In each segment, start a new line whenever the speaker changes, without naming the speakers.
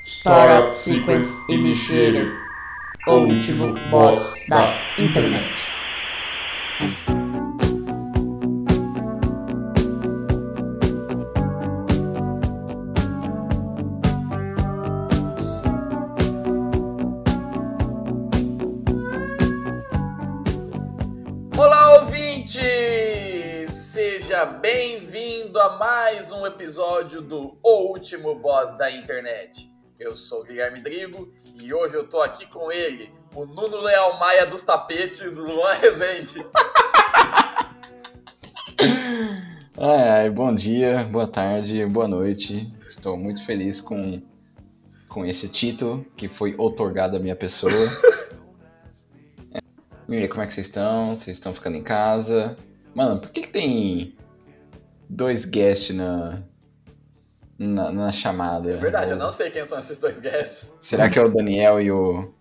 Startup Sequence Initiated, o último boss da internet.
Olá, ouvinte! Seja bem-vindo a mais um episódio do O Último Boss da Internet. Eu sou o Guilherme Drigo e hoje eu tô aqui com ele, o Nuno Leal Maia dos Tapetes, Luan Rezende. É
Ai, ai, bom dia, boa tarde, boa noite. Estou muito feliz com, com esse título que foi otorgado à minha pessoa. É. E aí, como é que vocês estão? Vocês estão ficando em casa? Mano, por que, que tem dois guests na, na, na chamada?
É verdade, eu não sei quem são esses dois guests.
Será que é o Daniel e o,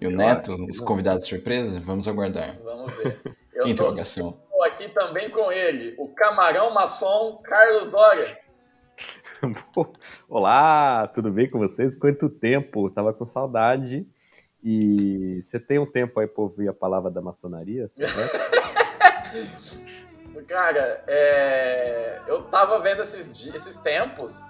e o Neto, os convidados surpresa? Vamos aguardar.
Vamos ver. Eu tô
Interrogação.
tô aqui também com ele, o camarão maçom Carlos Doria.
Olá, tudo bem com vocês? Quanto tempo? Tava com saudade. E você tem um tempo aí pra ouvir a palavra da maçonaria? Você quer?
Cara, é, eu tava vendo esses, di- esses tempos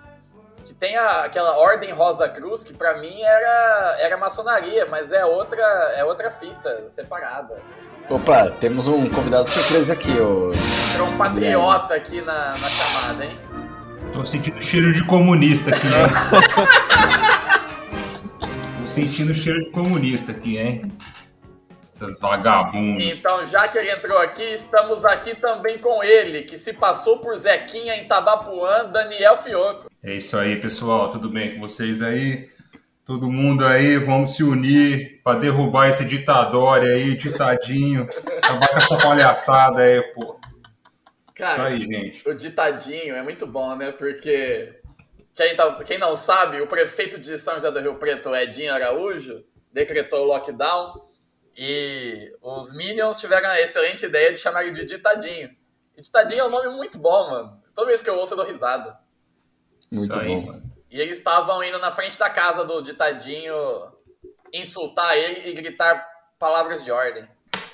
que tem a- aquela Ordem Rosa Cruz que pra mim era, era maçonaria, mas é outra, é outra fita, separada.
Opa, temos um convidado surpresa aqui, ô.
Entrou um patriota aqui na, na chamada, hein?
Tô sentindo cheiro de comunista aqui, hein? Tô sentindo cheiro de comunista aqui, hein? Essas vagabundas.
Então, já que ele entrou aqui, estamos aqui também com ele, que se passou por Zequinha em Tabapuã, Daniel Fioco.
É isso aí, pessoal. Tudo bem com vocês aí? Todo mundo aí, vamos se unir pra derrubar esse ditador aí, ditadinho. Acabar com essa palhaçada aí, pô. Isso
Cara,
aí, gente.
o ditadinho é muito bom, né? Porque quem, tá- quem não sabe, o prefeito de São José do Rio Preto, Edinho Araújo, decretou o lockdown e os Minions tiveram a excelente ideia de chamar ele de ditadinho. E ditadinho é um nome muito bom, mano. Toda vez que eu ouço, eu dou risada.
Muito
isso aí,
bom.
mano.
E eles estavam indo na frente da casa do ditadinho insultar ele e gritar palavras de ordem.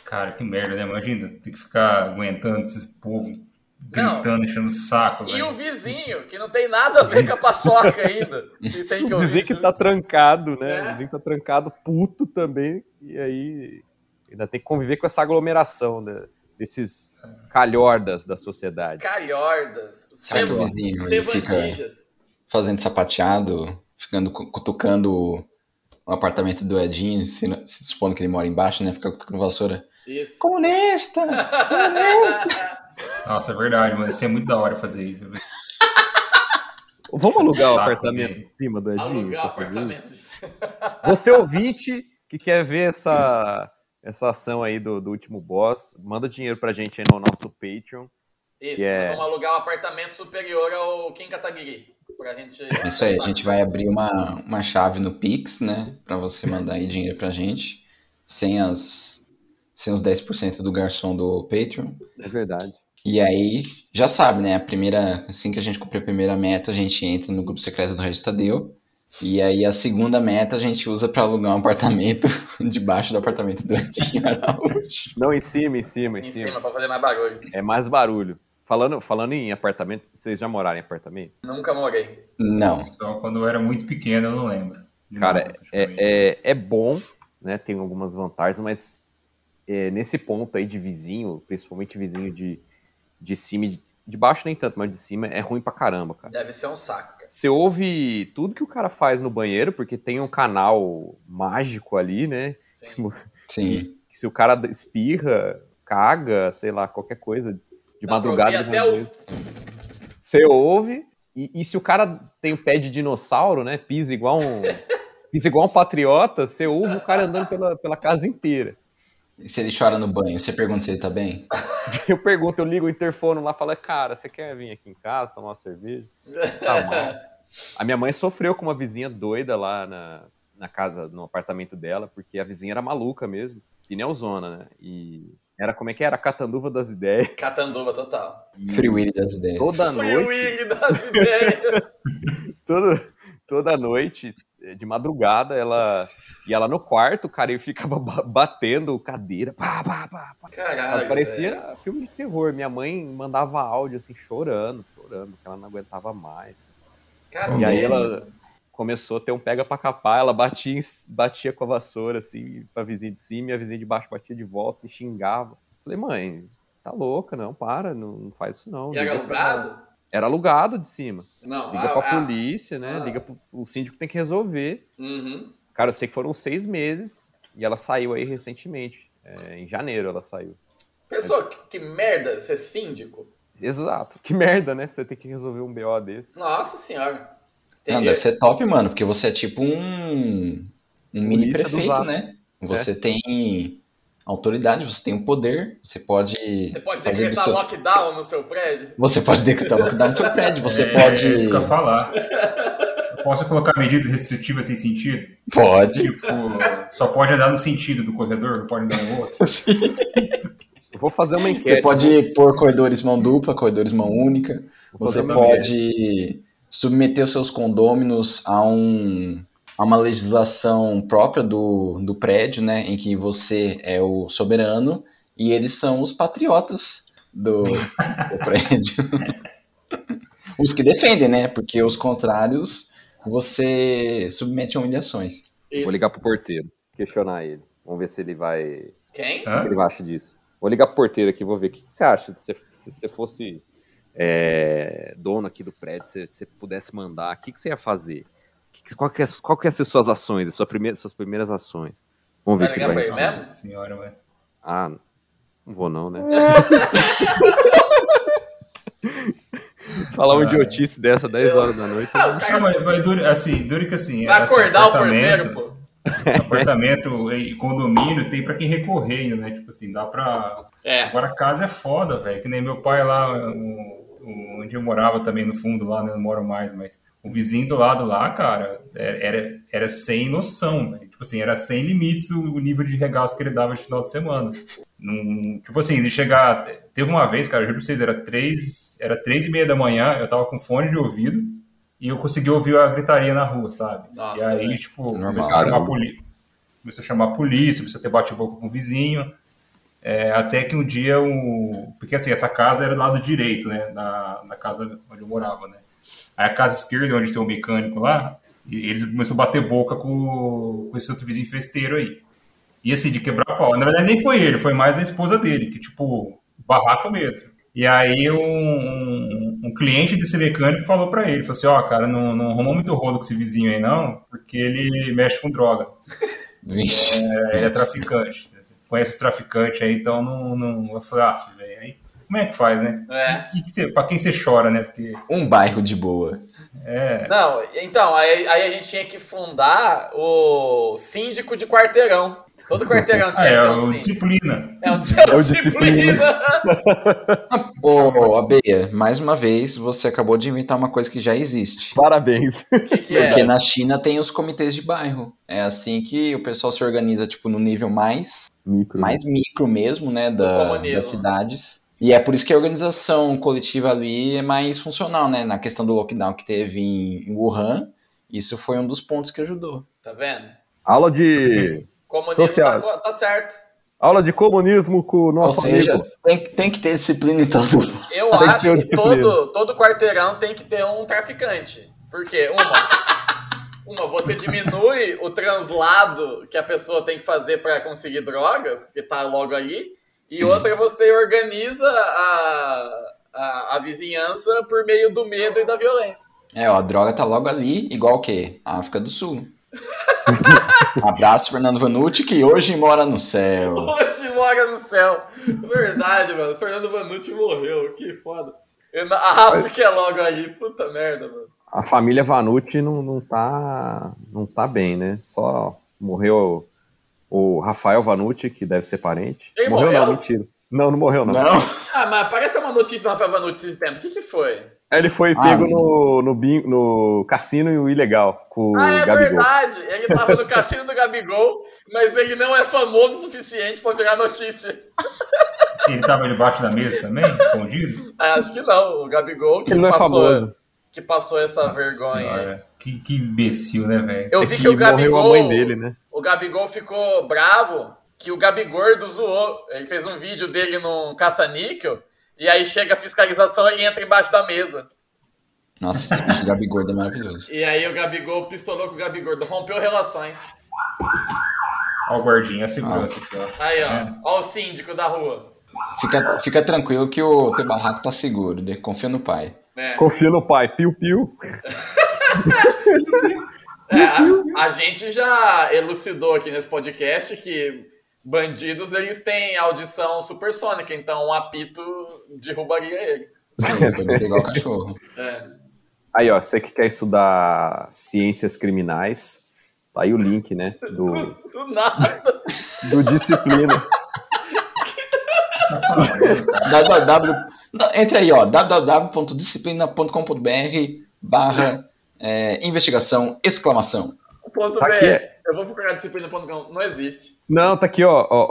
Cara, que merda, né? Imagina, tem que ficar aguentando esses povos
Não.
gritando, enchendo o saco,
E
velho.
o vizinho, que não tem nada a ver com a paçoca ainda. E tem que
O
ouvir.
vizinho que tá trancado, né?
É.
O vizinho que tá trancado, puto também. E aí ainda tem que conviver com essa aglomeração né? desses calhordas da sociedade.
Calhordas.
Sabe o
sevan-
vizinho, ele
Sevandijas.
fazendo sapateado, ficando cu- cutucando o- o apartamento do Edinho, se, não- se supondo que ele mora embaixo, né? Fica cutucando vassoura.
Isso.
Comunista!
Nossa, é verdade, mano. Ia ser muito da hora fazer isso. velho.
Vamos alugar o
Saco
apartamento
dele.
em cima do Edinho?
Alugar um
pra fazer isso?
apartamentos.
Você ouvinte que quer ver essa, essa ação aí do, do último boss, manda dinheiro pra gente aí no nosso Patreon.
Isso,
Yeah.
nós vamos alugar um apartamento superior ao Kim Kataguiri. Pra gente.
É isso aí, a gente vai abrir uma, uma chave no Pix, né? Pra você mandar aí dinheiro pra gente, sem, as, sem os 10% do garçom do Patreon.
É verdade.
E aí, já sabe, né? A primeira, assim que a gente cumprir a primeira meta, a gente entra no grupo secreto do Regis Tadeu. E aí a segunda meta a gente usa pra alugar um apartamento debaixo do apartamento do Edinho Araújo.
Não, em cima, em cima, em,
Em
cima.
cima, pra fazer mais barulho.
É mais barulho. Falando, falando em apartamento, vocês já moraram em apartamento?
Nunca morei.
Não.
Só quando eu era muito pequeno, eu não lembro. De
Cara,
nada, praticamente.
É, é, é bom, né? Tem algumas vantagens, mas é, nesse ponto aí de vizinho, principalmente vizinho de, de cima, e de baixo nem tanto, mas de cima, é ruim pra caramba, cara.
Deve ser um saco, cara.
Você ouve tudo que o cara faz no banheiro, porque tem um canal mágico ali, né?
Sim.
Sim.
Que se o cara espirra, caga, sei lá, qualquer coisa, de
Dá pra
madrugada.
ouvir
de
até
uma
os.
vez, Você ouve, e, e se o cara tem um pé de dinossauro, né? Pisa igual um. Pisa igual um patriota, você ouve o cara andando pela, pela casa inteira.
E se ele chora no banho, você pergunta se ele tá bem?
Eu pergunto, eu ligo o interfone lá, falo, cara, você quer vir aqui em casa tomar uma cerveja? Tá mal. A minha mãe sofreu com uma vizinha doida lá na, na casa, no apartamento dela, porque a vizinha era maluca mesmo, pneuzona, né? E era como é que era? A catanduva das ideias.
Catanduva total.
Free Willy das ideias.
Toda
Free
noite,
Willy das ideias.
toda, toda noite, eh, de madrugada, ela e ela no quarto, cara, e ficava ba- batendo cadeira, pá, pá, pá, pá.
Caralho.
Parecia
velho.
filme de terror. Minha mãe mandava áudio assim, chorando, chorando, porque ela não aguentava mais.
Cacete.
E aí ela começou a ter um pega pra capar, ela batia, em- batia com a vassoura, assim, pra vizinha de cima, e a vizinha de baixo batia de volta e xingava. Falei, mãe, tá louca, não, para, não, não faz isso não.
E era
Liga pra-
alugado?
Era alugado de cima.
Não.
Liga
ah,
pra
ah,
polícia, né,
Nossa.
liga pro, o síndico tem que resolver.
uhum.
Cara, eu sei que foram seis meses, e ela saiu aí recentemente, é, em janeiro ela saiu.
Pessoa,
Mas-
que, que merda ser síndico.
Exato, que merda, né, você tem que resolver um BO desse.
Nossa senhora. Tem-
é.
Não, deve ser top, mano, porque você é tipo um, um mini
Polícia do
prefeito,
Zap.
né?
É.
Você tem autoridade, você tem o poder, você pode.
Você pode
fazer
decretar
absor-
lockdown no seu prédio?
Você pode decretar lockdown no seu prédio, você
é,
pode.
Isso que eu ia falar. Eu posso colocar medidas restritivas sem sentido?
Pode.
Tipo, só pode andar no sentido do corredor, não pode andar no outro.
Eu vou fazer uma
Você
é,
enquete.
tipo-
pode pôr corredores mão dupla, corredores mão única. Você
Exatamente.
pode submeter os seus condôminos a, um, a uma legislação própria do, do prédio, né? Em que você é o soberano e eles são os patriotas do, do prédio. os que defendem, né? Porque os contrários você submete a humilhações.
Isso.
Vou ligar pro porteiro, questionar ele. Vamos ver se ele vai.
Quem?
O que ele acha disso? Vou ligar pro porteiro aqui, vou ver. O que que você acha? de Se se você fosse é, dono aqui do prédio, se você pudesse mandar, o que, que você ia fazer? O que que- qual, que é, qual que é as suas ações, as suas primeiras, suas primeiras ações? Vamos ver
Você
o que
vai
vai
ligar pra
responder.
Nossa senhora, ué.
Ah, não vou não, né? Falar uma
Ah.
idiotice dessa 10 horas da noite. né?
Ah, o
Não,
cara
mas, mas dura, assim, dura que assim.
vai
esse
acordar o porteiro,
apartamento-
pô.
apartamento e condomínio tem pra quem recorrer, ainda, né? Tipo assim, dá pra.
É.
Agora casa é foda, velho. Que nem meu pai lá, o- o- onde eu morava também no fundo lá, né? Não moro mais, mas o vizinho do lado lá, cara, era, era, era sem noção, velho. Tipo assim, era sem limites o, o nível de regaço que ele dava de final de semana. Num- tipo assim, de chegar. Teve uma vez, cara, eu juro pra vocês, era três, era três e meia da manhã, eu tava com fone de ouvido e eu consegui ouvir a gritaria na rua, sabe?
Nossa,
e aí,
velho. É
tipo,
Normal.
começou a chamar
Caramba.
polícia. Começou a chamar a polícia, começou a ter bate-boca com o vizinho. É, até que um dia o. Porque assim, essa casa era do lado direito, né? Da, da casa onde eu morava, né? Aí a casa esquerda, onde tem o mecânico lá, e eles começaram a bater boca com, o- com esse outro vizinho festeiro aí. E assim, de quebrar pau. Na verdade, nem foi ele, foi mais a esposa dele, que, tipo, barraco mesmo. E aí um, um- um cliente desse mecânico falou pra ele, falou assim, ó, cara, não, não arruma muito rolo com esse vizinho aí, não, porque ele mexe com droga.
Vixe.
É, ele é traficante. Conhece os traficantes aí, então não. não... Eu falei, ah, velho, aí como é que faz, né?
É.
Que que você- pra quem você chora, né? Porque.
Um bairro de boa.
É.
Não, então, aí, aí a gente tinha que fundar o síndico de quarteirão. Todo quarteirão
Ah,
tinha que
é,
ter
o
um síndico.
disciplina.
É um disciplina.
Ô, Abeia, mais uma vez você acabou de inventar uma coisa que já existe.
Parabéns.
O que, que
Porque
é?
na China tem os comitês de bairro. É assim que o pessoal se organiza, tipo, no nível mais,
Micro.
mais micro mesmo, né? Da,
comunismo.
das cidades. E é por isso que a organização coletiva ali é mais funcional, né? Na questão do lockdown que teve em em Wuhan, isso foi um dos pontos que ajudou.
Tá vendo?
Aula de.
Comunismo tá,
Social.
go- tá certo.
Aula de comunismo com o
Ou
nosso
seja,
amigo.
tem, tem que ter disciplina então, em todo lugar.
Eu
Tem que ter
acho
um
que
disciplina.
todo, todo quarteirão tem que ter um traficante. Por quê? Uma. Uma, você diminui o translado que a pessoa tem que fazer para conseguir drogas, porque tá logo ali. E
Uhum.
outra, você organiza a, a, a vizinhança por meio do medo e da violência.
É, ó, a droga tá logo ali, igual o quê? A África do Sul. Abraço, Fernando Vanucci, que hoje mora no céu.
Hoje mora no céu. Verdade, mano. Fernando Vanucci morreu. Que foda. Eu não- A África é logo ali. Puta merda, mano.
A família Vanucci não, não, tá, não tá bem, né? Só morreu o Rafael Vanucci, que deve ser parente.
Ele
morreu,
morreu?
não, mentira. Não, não morreu, não.
Não.
Ah, mas parece uma notícia do Rafael Vanucci esse tempo. O que, que foi?
Ele foi
Ah,
pego
não.
no, no, bin- no cassino e o ilegal com o
Ah, é
tipo, Gabigol.
verdade. Ele tava no cassino do Gabigol, mas ele não é famoso o suficiente pra virar notícia.
Ele tava debaixo da mesa também, escondido.
Ah, Acho que não. O Gabigol que
Ele não é
passou,
famoso.
que passou essa
Nossa
vergonha. aí.
senhora, Que Que, que imbecil, né, velho?
Eu
É
vi
que
que o
morreu
Gabigol.
a mãe dele, né?
O Gabigol ficou bravo que o Gabigordo zoou. Ele fez um vídeo dele num caça-níquel. E aí chega a fiscalização, ele entra embaixo da mesa.
Nossa, esse bicho Gabigordo é maravilhoso.
E aí o Gabigol pistolou com o Gabigordo, rompeu relações.
Ó, o guardinha, a segurança. aqui, ó.
Aí, ó.
É.
Ó o síndico da rua.
Fica, fica tranquilo que o teu barraco tá seguro, né? confia no pai.
É.
Confia no pai, piu-piu.
É, a, a gente já elucidou aqui nesse podcast que bandidos eles têm audição supersônica, então um apito derrubaria ele.
Ele pode pegar o cachorro.
É.
Aí, ó, você que quer estudar ciências criminais, tá aí o link, né? Do,
Do nada.
do disciplina.
www, entra aí, ó, www.disciplina.com.br barra é, investigação, exclamação.
Ponto
Tá
BR.
aqui, é.
Eu vou procurar disciplina.com. Não existe.
Não, tá aqui, ó, ó,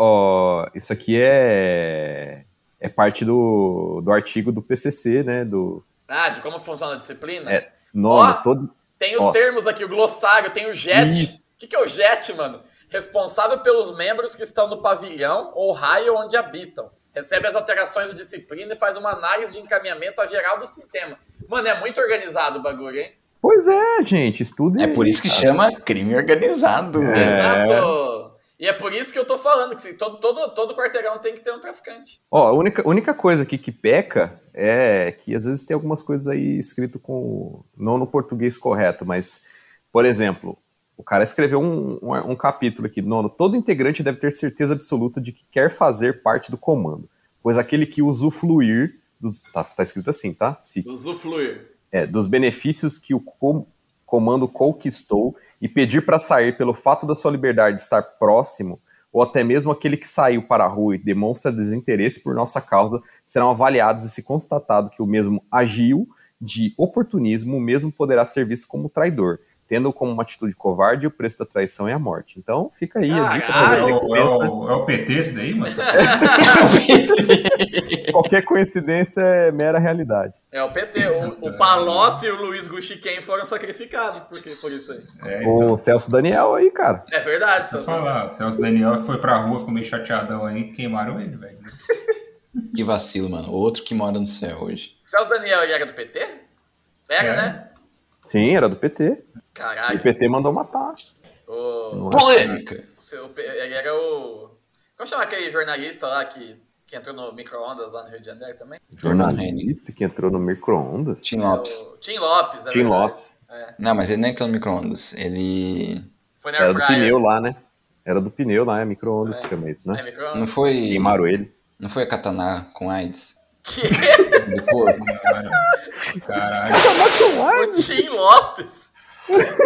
ó, Isso aqui é é parte do, do artigo do PCC, né? Do
Ah, de como funciona a disciplina?
É. nome
Ó.
todo.
Tem os
Ó.
termos aqui, o glossário, tem o JET.
Isso.
O que, que é o JET, mano? Responsável pelos membros que estão no pavilhão ou raio onde habitam. Recebe as alterações do disciplina e faz uma análise de encaminhamento a geral do sistema. Mano, é muito organizado o bagulho, hein?
Pois é, gente, estuda.
É por isso que chama crime organizado.
É.
Exato! E é por isso que eu tô falando que se- todo, todo, todo quarteirão tem que ter um traficante.
Ó, a única, única coisa aqui que peca é que às vezes tem algumas coisas aí escrito com. não no português correto, mas, por exemplo, o cara escreveu um, um, um capítulo aqui, nono. Todo integrante deve ter certeza absoluta de que quer fazer parte do comando, pois aquele que usufruir. Dos, tá, tá escrito assim, tá? Se
Usufruir.
é, dos benefícios que o com- comando conquistou e pedir para sair pelo fato da sua liberdade estar próximo, ou até mesmo aquele que saiu para a rua e demonstra desinteresse por nossa causa, serão avaliados e se constatado que o mesmo agiu de oportunismo, o mesmo poderá ser visto como traidor, tendo como uma atitude covarde o preço da traição é a morte. Então, fica aí a dica
Ah,
pra
É
você que
o, é
pensa.
o- é o PT esse daí, mano?
Qualquer coincidência é mera realidade.
É o PT. O, o Palocci e o Luiz Guxiquem foram sacrificados por, por isso aí.
É,
O Celso Daniel aí, cara.
É verdade,
Vou
Sandro.
falar, o Celso Daniel foi pra rua, ficou meio chateadão aí, queimaram ele, velho.
Que vacilo, mano. Outro que mora no céu hoje.
Celso Daniel ele era do PT? Era,
É.
né?
Sim, era do PT. E o
Caralho.
PT mandou matar.
O,
Não é?
Polêmica!
o seu- ele era o. Como chama aquele jornalista lá que, que entrou no micro-ondas lá no Rio de Janeiro também?
Jornalista.
jornalista que entrou no micro-ondas.
Tim Lopes.
O Tim Lopes. é
Tim
verdade.
Lopes.
É.
Não, mas ele nem entrou no micro-ondas. Ele.
Foi na
Era do pneu
Airfryer.
lá, né? Era do pneu lá, é micro-ondas
É.
que chama isso,
É,
né?
Não
micro-ondas.
foi.
Queimaram ele.
Não foi a Kataná com AIDS?
Que?
Depois,
Caralho.
O Tim Lopes.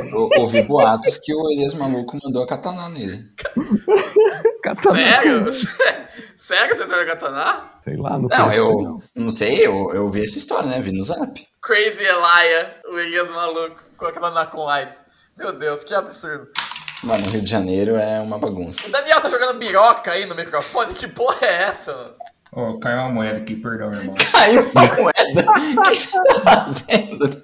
eu, ouvi boatos que o Elias Maluco mandou a Kataná nele.
Tá
Sério? Sério, você sabe Gataná?
Sei lá, não,
Não,
conheço, não.
eu não sei, eu, eu vi essa história, né? Vi no zap.
Crazy Elia, o Elias maluco, com aquela na com AIDS. Meu Deus, que absurdo.
Mano, o Rio de Janeiro é uma bagunça.
O Daniel tá jogando biroca aí no microfone? Que porra é essa, mano?
Ô, caiu uma moeda aqui, perdão, irmão.
Caiu uma moeda. O que você tá fazendo?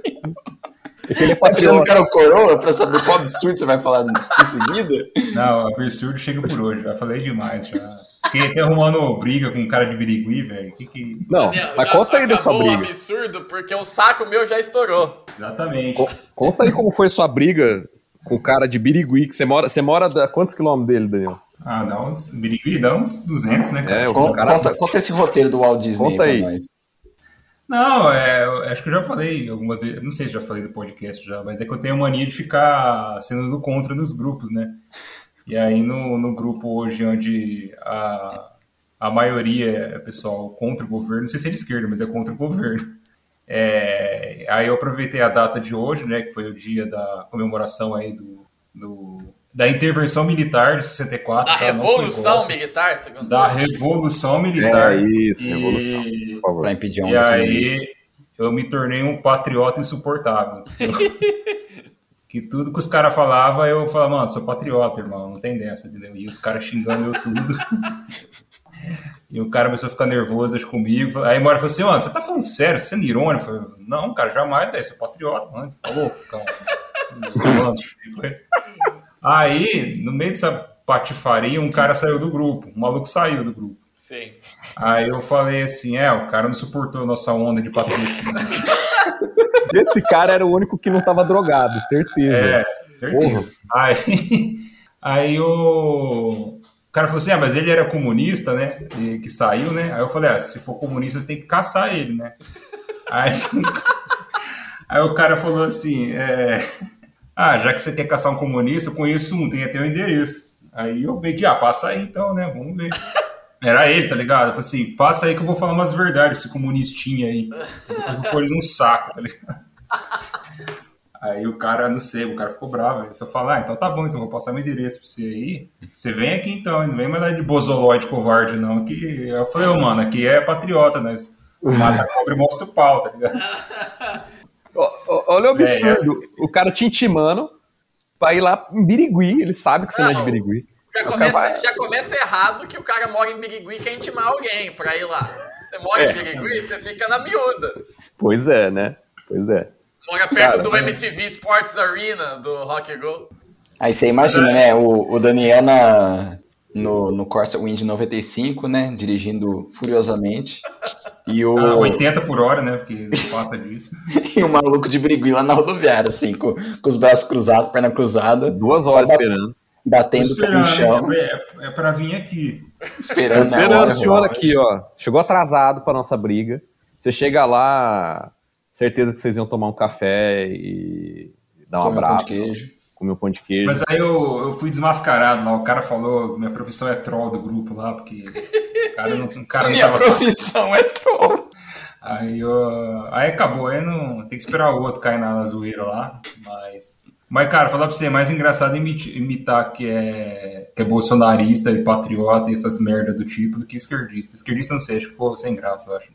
Ele é
Tá tirando
patriota.
cara o coroa pra saber qual absurdo você vai falar em seguida?
Não, o absurdo chega por hoje, já falei demais já. Fiquei até arrumando briga com um cara de birigui, velho. Que que...
Não,
Daniel,
mas
já
conta aí da sua
acabou o
briga.
absurdo porque o saco meu já estourou.
Exatamente.
Co- Conta aí como foi sua briga com o cara de Birigui, que você mora, você mora a quantos quilômetros dele, Daniel?
Ah, dá uns. Birigui dá uns 200, né, cara?
É, o
Con-
cara...
Conta, conta esse roteiro do Walt Disney
Conta
pra
aí.
nós.
Não, é, eu acho que eu já falei algumas vezes, não sei se já falei do podcast já, mas é que eu tenho mania de ficar sendo do contra nos grupos, né? E aí no, no grupo hoje onde a, a maioria é pessoal contra o governo, não sei se é de esquerda, mas é contra o governo. É, aí eu aproveitei a data de hoje, né, que foi o dia da comemoração aí do, do- da intervenção militar de 64.
A
tá? Não foi
revolução
golpe.
militar, segundo
Da
ele.
revolução militar.
É isso,
E-
revolução. Por favor.
Pra impedir um a
e
onda comunista.
aí eu me tornei um patriota insuportável. que tudo que os caras falavam, eu falava, mano, sou patriota, irmão, não tem dessa, entendeu? E os caras xingando eu tudo. E o cara começou a ficar nervoso acho, comigo. Aí uma hora falou assim, mano, é um você tá falando sério, você tá sendo irônico? Eu falei, não, cara, jamais, velho, sou patriota, mano, você tá louco, cara. zoando. Aí, no meio dessa patifaria, um cara saiu do grupo. Um maluco saiu do grupo.
Sim.
Aí eu falei assim: é, o cara não suportou a nossa onda de né?" patriotismo.
Esse cara era o único que não tava drogado, certeza.
É, certeza. Aí, aí o cara falou assim: ah, mas ele era comunista, né? E que saiu, né? Aí eu falei: ah, se for comunista, você tem que caçar ele, né? Aí, aí o cara falou assim: é, ah, já que você quer caçar um comunista, eu conheço um, tem até o um endereço. Aí eu pedi: ah, passa aí então, né? Vamos ver. Era ele, tá ligado? Eu falei assim: passa aí que eu vou falar umas verdades, esse comunistinha aí. Eu vou pôr ele num saco, tá ligado? Aí o cara, não sei, o cara ficou bravo. Aí você fala, ah, então tá bom, então vou passar meu endereço pra você aí. Você vem aqui então, não vem mandar de bozoloide covarde, não. Que... Eu falei, ô, mano, aqui é patriota, nós mata a cobra e mostra o pau, tá ligado?
Ó- ó- Olha o
É,
absurdo. O cara te intimando pra ir lá em Birigui. Ele sabe que você não, é de
Não.
Birigui.
Já começa, já começa errado que o cara mora em Birigui e quer intimar alguém pra ir lá. Você mora
É.
em Birigui, você fica na miúda.
Pois é, né? Pois é.
Mora perto
Cara,
do
mas-
MTV Sports Arena do Rock Go.
Aí você imagina, né? O, o Daniel na, no, no Corsa Wind 95, né? Dirigindo furiosamente. E o,
Ah, 80 por hora, né? Porque não passa disso.
e o maluco de brigui lá na rodoviária, assim, com, com os braços cruzados, perna cruzada.
Duas
só
horas
ba-
esperando.
Batendo o pé no
Esperando,
chão,
né? é, é pra vir aqui.
esperando. a
Esperando
hora
o senhor
rolar.
aqui, ó. Chegou atrasado pra nossa briga. Você chega lá, certeza que vocês iam tomar um café e dar um
Come um pão de
abraço.
queijo.
Comer um pão de queijo.
Mas aí eu, eu fui desmascarado lá. O cara falou, minha profissão é troll do grupo lá, porque o cara não, o cara não
Minha
tava assim. sabendo.
profissão é troll.
Aí, ó, aí acabou, aí não, tem que esperar o outro cair na, na zoeira lá, mas... Mas, cara, falar pra você, é mais engraçado imiti- imitar que é, que é bolsonarista e patriota e essas merdas do tipo do que esquerdista. Esquerdista, não sei, acho que ficou sem graça, eu acho.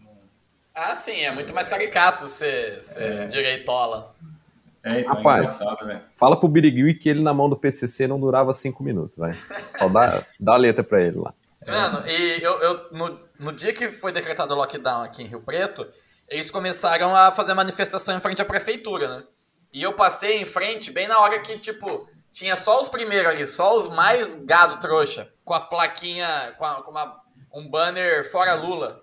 Ah, sim, é muito mais caricato ser, ser direitola.
É, então, é
Rapaz.
engraçado, velho.
Fala pro Birigui que ele na mão do PCC não durava cinco minutos, vai. Só dá, dá a letra pra ele lá.
É. Mano, e eu, eu- no, no dia que foi decretado o lockdown aqui em Rio Preto, eles começaram a fazer manifestação em frente à prefeitura, né? E eu passei em frente bem na hora que, tipo, tinha só os primeiros ali, só os mais gado trouxa, com a plaquinha, com, a- com uma- um banner fora Lula.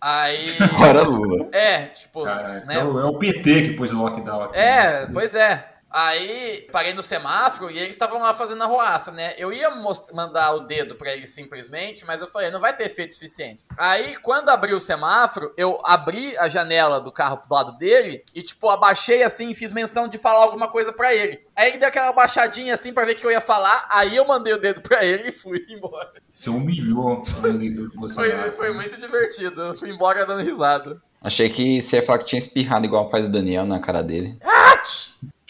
Aí.
Bora, Lula.
É, tipo,
Cara,
né?
é, o, é o PT que pôs o lockdown aqui.
É, pois é. Aí parei no semáforo e eles estavam lá fazendo a roaça, né? Eu ia most- mandar o dedo pra eles simplesmente, mas eu falei, não vai ter efeito suficiente. Aí, quando abri o semáforo, eu abri a janela do carro do lado dele e, tipo, abaixei assim e fiz menção de falar alguma coisa pra ele. Aí ele deu aquela baixadinha assim pra ver o que eu ia falar, aí eu mandei o dedo pra ele e fui embora.
Você humilhou o eleitor do
Foi,
Bolsonaro.
foi muito divertido. Eu fui embora dando risada.
Achei que você ia falar que tinha espirrado igual o pai do Daniel na cara dele.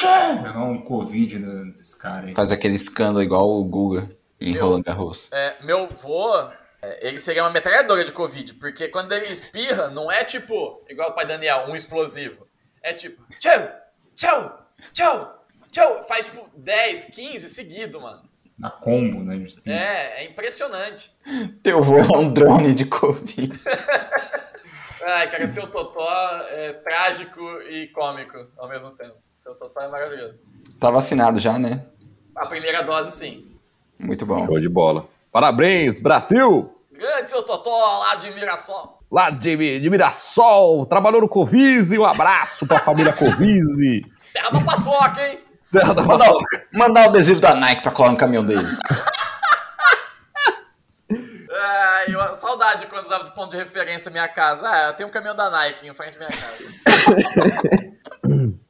É um Covid nesses caras aí.
Faz aquele escândalo igual o Guga em
Meu.
Roland Garros.
É, meu vô, é, ele seria uma metralhadora de Covid, porque quando ele espirra, não é tipo, igual o pai Daniel, um explosivo. É tipo, tchau, tchau, tchau, tchau. Faz tipo 10, 15 seguido, mano.
Na combo, né? de espinho.
É, é impressionante.
Teu vô é um drone de Covid.
Ai, cara, seu Totó é trágico e cômico ao mesmo tempo. Seu Totó é maravilhoso.
Tá vacinado já, né?
A primeira dose, sim.
Muito bom.
Show de bola. Parabéns, Brasil!
Grande seu Totó lá de Mirassol.
Lá de, de Mirassol, trabalhou no Covise, um abraço pra família Covise.
Terra do paçoca, hein?
Terra da
Mandar, o- mandar o adesivo da Nike pra colar no caminhão dele.
Ai, eu, saudade quando usava de ponto de referência minha casa. Ah, eu tenho um caminhão da Nike em frente à minha casa.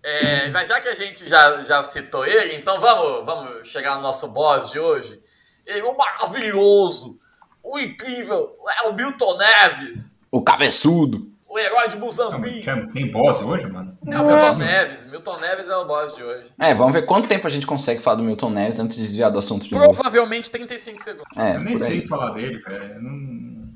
É, mas já que a gente já, já citou ele, então vamos, vamos chegar no nosso boss de hoje. Ele, o maravilhoso, o incrível, é o Milton Neves,
O cabeçudo.
o herói de
Não, mas
Muzambique.
tinha- tem boss hoje, mano?
É o Milton Neves. Milton Neves é o boss de hoje.
É, vamos ver quanto tempo a gente consegue falar do Milton Neves antes de desviar do assunto de novo.
Provavelmente 35 segundos.
É,
Eu nem
por
sei
aí.
falar dele, cara. Eu não-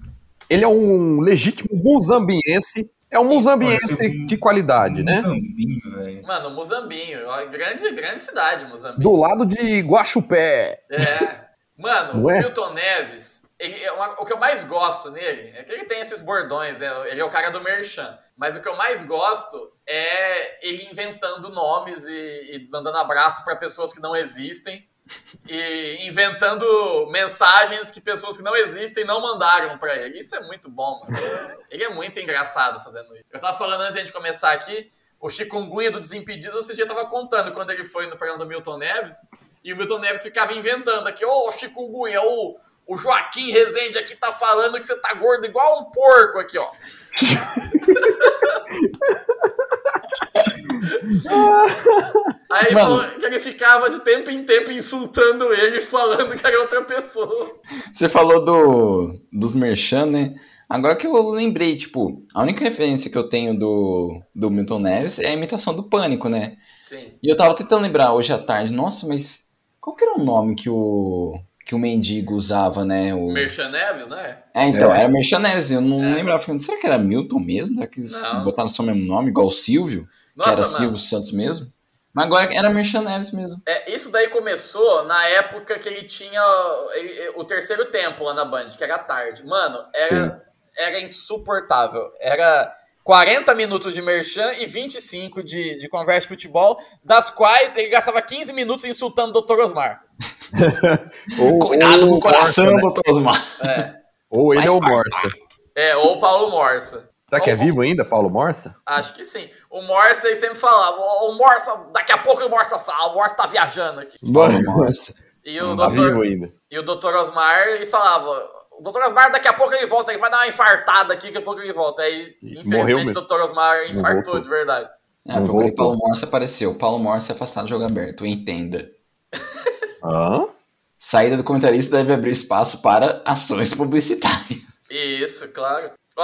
Ele é um legítimo muzambiense. É um muzambiense de qualidade, né?
Zambinho, um velho.
Mano, Muzambinho, ó, grande, grande cidade, Muzambinho.
Do lado de Guaxupé.
É. Mano,
Ué?
o Milton Neves ele é uma- o que eu mais gosto nele é que ele tem esses bordões, né? Ele é o cara do Merchan. Mas o que eu mais gosto é ele inventando nomes e, e mandando abraço para pessoas que não existem. E inventando mensagens que pessoas que não existem não mandaram para ele. Isso é muito bom, mano. Ele é muito engraçado fazendo isso. Eu tava falando antes de a gente começar aqui, o chikungunya do Desimpedidos, esse dia eu tava contando quando ele foi no programa do Milton Neves, e o Milton Neves ficava inventando aqui, ô chikungunya, o, o Joaquim Rezende aqui tá falando que você tá gordo igual um porco aqui, ó. Aí
Mano.
falou que ele ficava de tempo em tempo insultando ele, falando que era outra pessoa.
Você falou do, dos merchan, né? Agora que eu lembrei, tipo, a única referência que eu tenho do, do Milton Neves é a imitação do Pânico, né?
Sim.
E eu tava tentando lembrar hoje à tarde, nossa, mas qual que era o nome que o, que o mendigo usava, né? O...
Merchan Neves, né?
É, então,
É.
era Merchan Neves, eu não
É.
lembrava. Falei, Será que era Milton mesmo? Será que eles
Não.
botaram só o mesmo nome, igual o Silvio? que
Nossa,
era
mano.
Silvio Santos mesmo? Mas agora era Merchan Neves mesmo.
É, isso daí começou na época que ele tinha ele- o terceiro tempo lá na Band, que era à tarde. Mano, era, era insuportável. Era 40 minutos de merchan e 25 de, de conversa de futebol, das quais ele gastava 15 minutos insultando o Dr. Osmar.
Ou,
Cuidado
ou
com o coração,
Morsa, né?
doutor Osmar.
É,
Ou ele
Vai,
é o
vai,
Morsa.
é ou o Paulo Morsa.
Será que é
Ou-
vivo ainda, Paulo Morsa?
Acho que sim. O Morsa ele sempre falava, o o Morsa, daqui a pouco o Morsa fala, o Morsa tá viajando aqui.
Bora,
Morsa.
E o
Tá
Dr.
vivo ainda.
E o Dr. Osmar, ele falava, o Dr. Osmar daqui a pouco ele volta, ele vai dar uma infartada aqui, daqui a pouco ele volta. Aí,
Morreu
infelizmente,
mesmo.
o Dr. Osmar infartou
voltou.
de verdade.
É,
Não
procurei
voltou.
Paulo Morsa apareceu. Paulo Morsa afastado do jogo aberto, entenda.
Hã?
Saída do comentarista deve abrir espaço para ações publicitárias.
Isso, claro. Ó,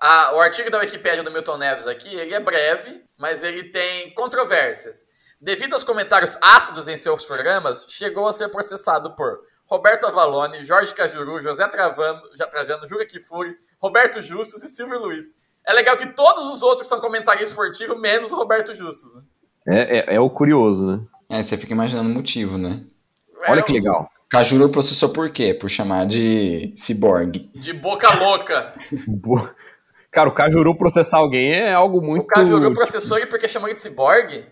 a- o artigo da Wikipédia do Milton Neves aqui, ele é breve, mas ele tem controvérsias. Devido aos comentários ácidos em seus programas, chegou a ser processado por Roberto Avalone, Jorge Cajuru, José Travano, Ja- Trajano, Jura Kifuri, Roberto Justus e Silvio Luiz. É legal que todos os outros são comentários esportivos, menos o Roberto Justus. né?
É, é, é o curioso, né?
É, você fica imaginando o motivo, né?
É
Olha
um-
que legal.
Cajuru processou por quê? Por chamar de ciborgue.
De boca louca.
Boa. Cara, o Cajuru processar alguém é algo muito.
O Cajuru processou ele porque chamou ele de ciborgue?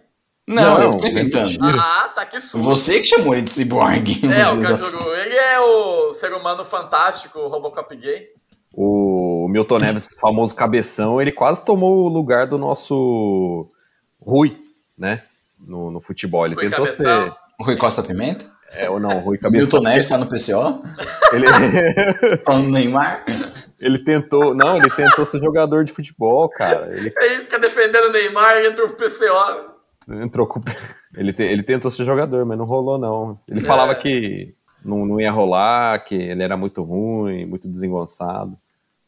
Não,
Não,
eu tô
é
inventando.
mentira. assim
Ah, tá, que susto.
Você que chamou ele de ciborgue.
É, o
Você-
né?
Cajuru, ele é o ser humano fantástico, o Robocop gay.
O Milton Neves, famoso cabeção, ele quase tomou o lugar do nosso Rui, né? No, no futebol. Ele
Rui
tentou
Cabeção.
Rui Costa Pimenta?
ser. É, ou não, Rui Cabeção.
Milton Neves tá no PCO?
Ele,
Falando do Neymar?
ele tentou. Não, ele tentou ser jogador de futebol, cara. Ele
Ele fica defendendo o Neymar, ele entra pro PCO.
entrou com. Ele, te- ele tentou ser jogador, mas não rolou, não. Ele falava
É.
que não, não ia rolar, que ele era muito ruim, muito desengonçado.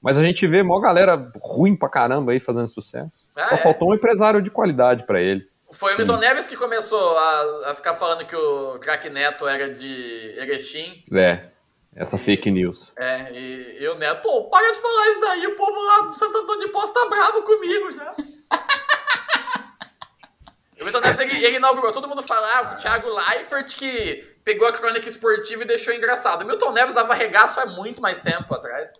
Mas a gente vê mó galera ruim pra caramba aí fazendo sucesso.
Ah,
Só
é.
faltou um empresário de qualidade pra ele.
Foi o
Sim.
Milton Neves que começou a, a ficar falando que o craque Neto era de Erechim.
É, essa fake news.
É, e, e o Neto, pô, para de falar isso daí, o povo lá do Santo Antônio de Poço tá bravo comigo já. o Milton Neves, ele, ele inaugurou, todo mundo falava, o Thiago Leifert que pegou a crônica esportiva e deixou engraçado. O Milton Neves dava regaço há muito mais tempo atrás.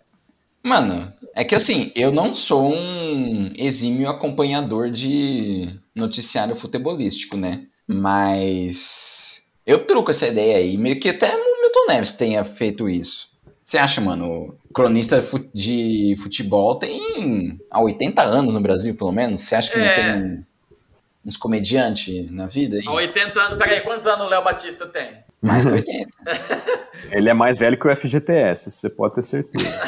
Mano, é que assim, eu não sou um exímio acompanhador de noticiário futebolístico, né? Mas eu truco essa ideia aí, meio que até o Milton Neves tenha feito isso. Você acha, mano, o cronista fu- de futebol tem há 80 anos no Brasil, pelo menos? Você acha que não
É.
tem um, uns comediantes na vida? aí?
Há 80 anos, peraí, quantos anos o Léo Batista tem?
Mais de 80.
Ele é mais velho que o FGTS, isso você pode ter certeza.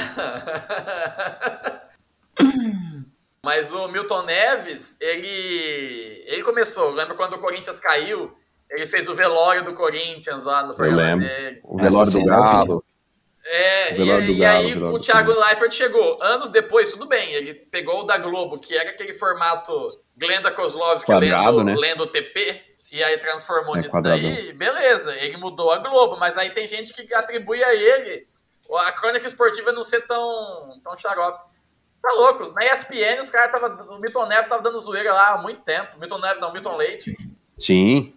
Mas o Milton Neves, ele ele começou, lembra quando o Corinthians caiu? Ele fez o velório do Corinthians lá no programa
lembro.
dele.
O
Essa
velório do
cena eu vi.
Galo.
É, e,
Velório do
e
Galo,
aí
velório
o
do
Thiago Leifert chegou. Anos depois, tudo bem, ele pegou o da Globo, que era aquele formato Glenda Kozlovski
Quadrado,
lendo,
né?
lendo o TP, e aí transformou
É,
nisso
quadradão.
daí, beleza, ele mudou a Globo, mas aí tem gente que atribui a ele a crônica esportiva não ser tão, tão xarope. Tá louco, na ESPN os caras tava, o Milton Neves tava dando zoeira lá há muito tempo, Milton Neves não, Milton Leite.
Sim.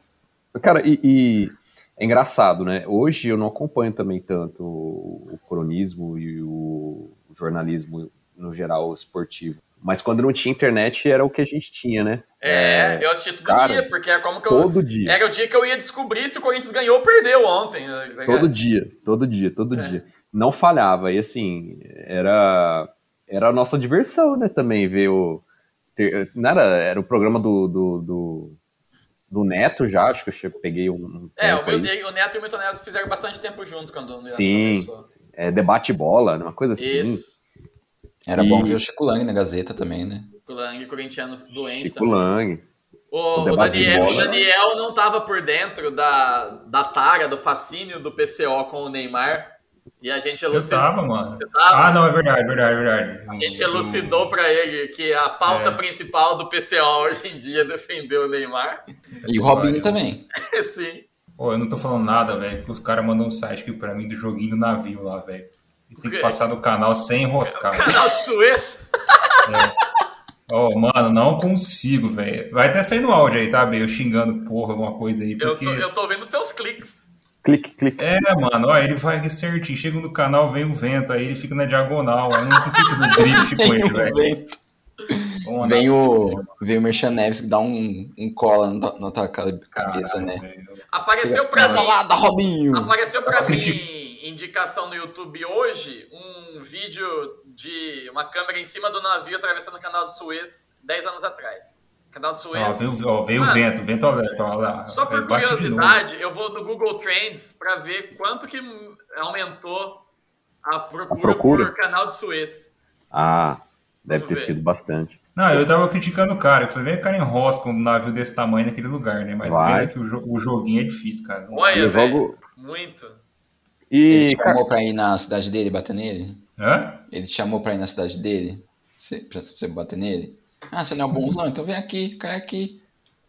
Cara, e, e É engraçado, né? Hoje eu não acompanho também tanto o cronismo e o jornalismo no geral esportivo. Mas quando não tinha internet era o que a gente tinha, né?
É, eu assisti todo
Cara,
dia, porque é como que eu.
Todo dia.
Era o dia que eu ia descobrir se o Corinthians ganhou ou perdeu ontem. né?
Todo dia, todo dia, todo
É.
dia. Não falhava. E assim, era, era a nossa diversão, né? Também ver o. ter- não era, era o programa do, do, do, do Neto já, acho que eu che- peguei um. um
É, o,
tempo
meu-
aí.
o Neto e o Milton Neves fizeram bastante tempo junto quando o Neto
Sim,
começou.
É, debate bola, uma coisa assim.
Isso.
Era
E-
bom ver o Chico Lang na Gazeta também, né?
O Lang, corintiano doente
Chico
também.
Lang.
O, o
debate de
Daniel,
bola.
o Daniel não tava por dentro da, da tara, do fascínio do PCO com o Neymar. E a gente
Eu
elucidou.
tava, mano.
Eu tava.
Ah, não, é verdade, verdade, verdade.
A gente elucidou pra ele que a pauta
É.
principal do PCO hoje em dia é defender o Neymar.
E o Robinho também.
Sim.
Pô, eu não tô falando nada, velho, que os caras mandam um site aqui pra mim do joguinho do navio lá, velho. E Tem que
Ok.
passar do canal sem enroscar. velho.
Canal Suez.
Ó, mano, não consigo, velho. Vai até sair no áudio aí, tá, B? Eu xingando porra, alguma coisa aí,
Eu
porque...
tô, eu tô vendo os teus cliques.
Clique, clique.
É, mano, ó, ele vai certinho. Chega no canal, vem o vento, aí ele fica na diagonal. Eu não consigo fazer um drift com ele, velho.
Vem,
Vamos andar
vem
assim,
o,
velho.
vem o Merchan Neves que dá um, um cola na, tua- na tua ca- cabeça,
Caralho,
né?
velho.
É
Apareceu pra
Nada
mim.
lá da Robinho!
Apareceu pra
Hum.
mim indicação no YouTube hoje um vídeo de uma câmera em cima do navio atravessando o canal do Suez 10 anos atrás. Canal do
Ó,
Suez.
Ah,
veio, ó, veio o
Mano,
vento, vento alerta, ó lá.
Só por
Aí bate de
curiosidade, eu vou no Google Trends pra ver quanto que aumentou a procura,
A procura?
por canal do Suez.
Ah, deve
Vamos
ter
ver.
sido bastante.
Não, eu tava criticando o cara. Eu falei, vem o cara enrosca um navio desse tamanho naquele lugar, né? Mas
Vai.
vendo que o, jo- o joguinho é difícil, cara.
Olha,
Eu
velho,
jogo.
muito.
E.
Ele te chamou pra ir na cidade dele e bater nele?
Hã?
Ele te chamou pra ir na cidade dele? Você, pra você bater nele? Ah, você não é bonzão? Então vem aqui, cai aqui.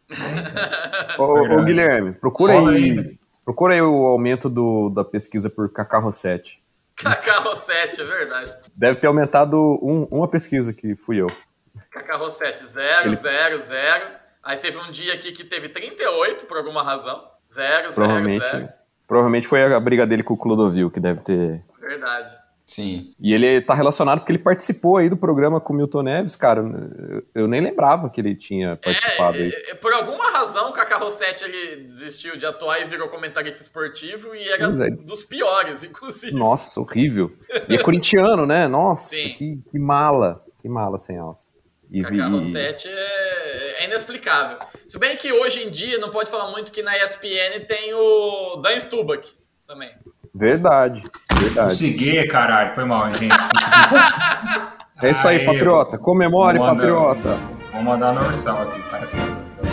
tá
Ô, ô, Guilherme, procura
Rola
aí,
aí, né?
procura aí o aumento do, da pesquisa por Cacarro 7.
Cacarro 7, é verdade.
Deve ter aumentado um- uma pesquisa que fui eu.
Cacarro 7, 0,
Ele-
0, 0. Aí teve um dia aqui que teve 38 por alguma razão. 0, 0,
Provavelmente,
0.
provavelmente foi a briga dele com o Clodovil que deve ter.
Verdade.
Sim.
E ele tá relacionado porque ele participou aí do programa com o Milton Neves, cara. eu- Eu nem lembrava que ele tinha participado
É,
aí.
é, é, por alguma razão, o Cacarro 7 ele desistiu de atuar e virou comentarista esportivo e era
Pois é.
dos piores, inclusive.
Nossa, horrível. E é corintiano, né? Nossa,
Sim.
que, que mala. Que mala sem alça. E, vi-
Cacarro 7 é, é inexplicável. Se bem que hoje em dia não pode falar muito que na ESPN tem o Dan Stubach também.
Verdade, verdade.
Consegui, caralho. Foi mal, gente. Consegui.
É isso aí,
Aê,
patriota. Comemore,
Manda-
patriota.
Vou mandar no Orsal aqui, cara.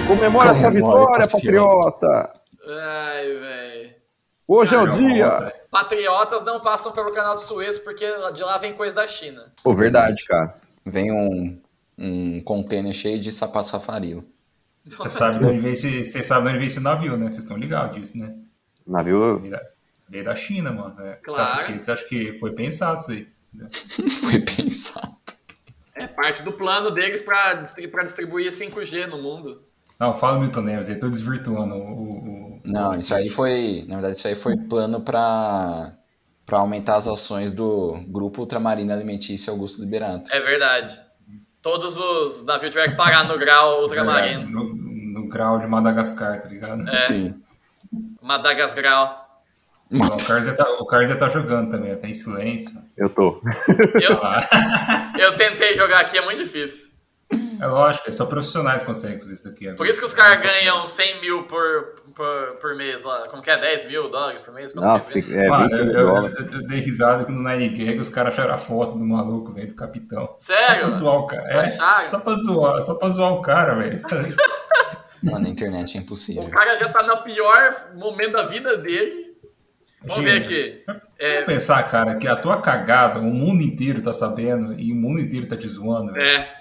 Comemora essa
Comemore,
vitória,
patriota.
patriota!
Ai, velho.
Hoje é o
Não,
dia!
volta.
Patriotas não passam pelo canal do Suez porque de lá vem coisa da China.
Pô,
Verdade, cara.
Vem um, um container cheio de sapato safarilo.
Você sabe de onde veio esse, você sabe de onde veio esse navio, né? Vocês estão ligados disso, né?
Navio.
Veio da, veio da China, mano. né? Você,
Claro.
acha que, você acha que foi pensado isso aí? né?
Foi pensado.
É parte do plano deles pra distri- pra distribuir 5G no mundo.
Não, fala o Milton Neves aí. Tô desvirtuando o... o-
Não, isso aí foi. Na verdade, isso aí foi plano pra, pra aumentar as ações do grupo Ultramarina Alimentícia Augusto Liberato.
É verdade. Todos os navios tiveram que parar no grau
É
ultramarino.
No, no grau de Madagascar, tá ligado?
É,
Sim.
Madagascar.
Não, o Carlos já tá, o Carlos já tá jogando também, tá em silêncio.
Eu tô.
Eu,
Ah,
eu tentei jogar aqui, é muito difícil.
é lógico, é só profissionais conseguem fazer isso aqui.
Hum. Por isso que os caras ganham 100 mil por, por, por mês lá. Como que é? 10 mil dólares por mês? Quanto
Nossa,
que é?
é
Mano,
20
Ah, eu,
mil
eu-
dólares.
eu- eu dei risada que no Nine Gag os caras acharam a foto do maluco, velho, do capitão. Só pra
Sério?
zoar o cara. É,
Acharam?
só pra zoar, só pra zoar o cara, velho.
Mano, na internet é
O
impossível.
cara já tá no pior momento da vida dele. Vamos ver aqui. É,
Vamos pensar, cara, que a tua cagada, o mundo inteiro tá sabendo e o mundo inteiro tá te zoando, velho.
é.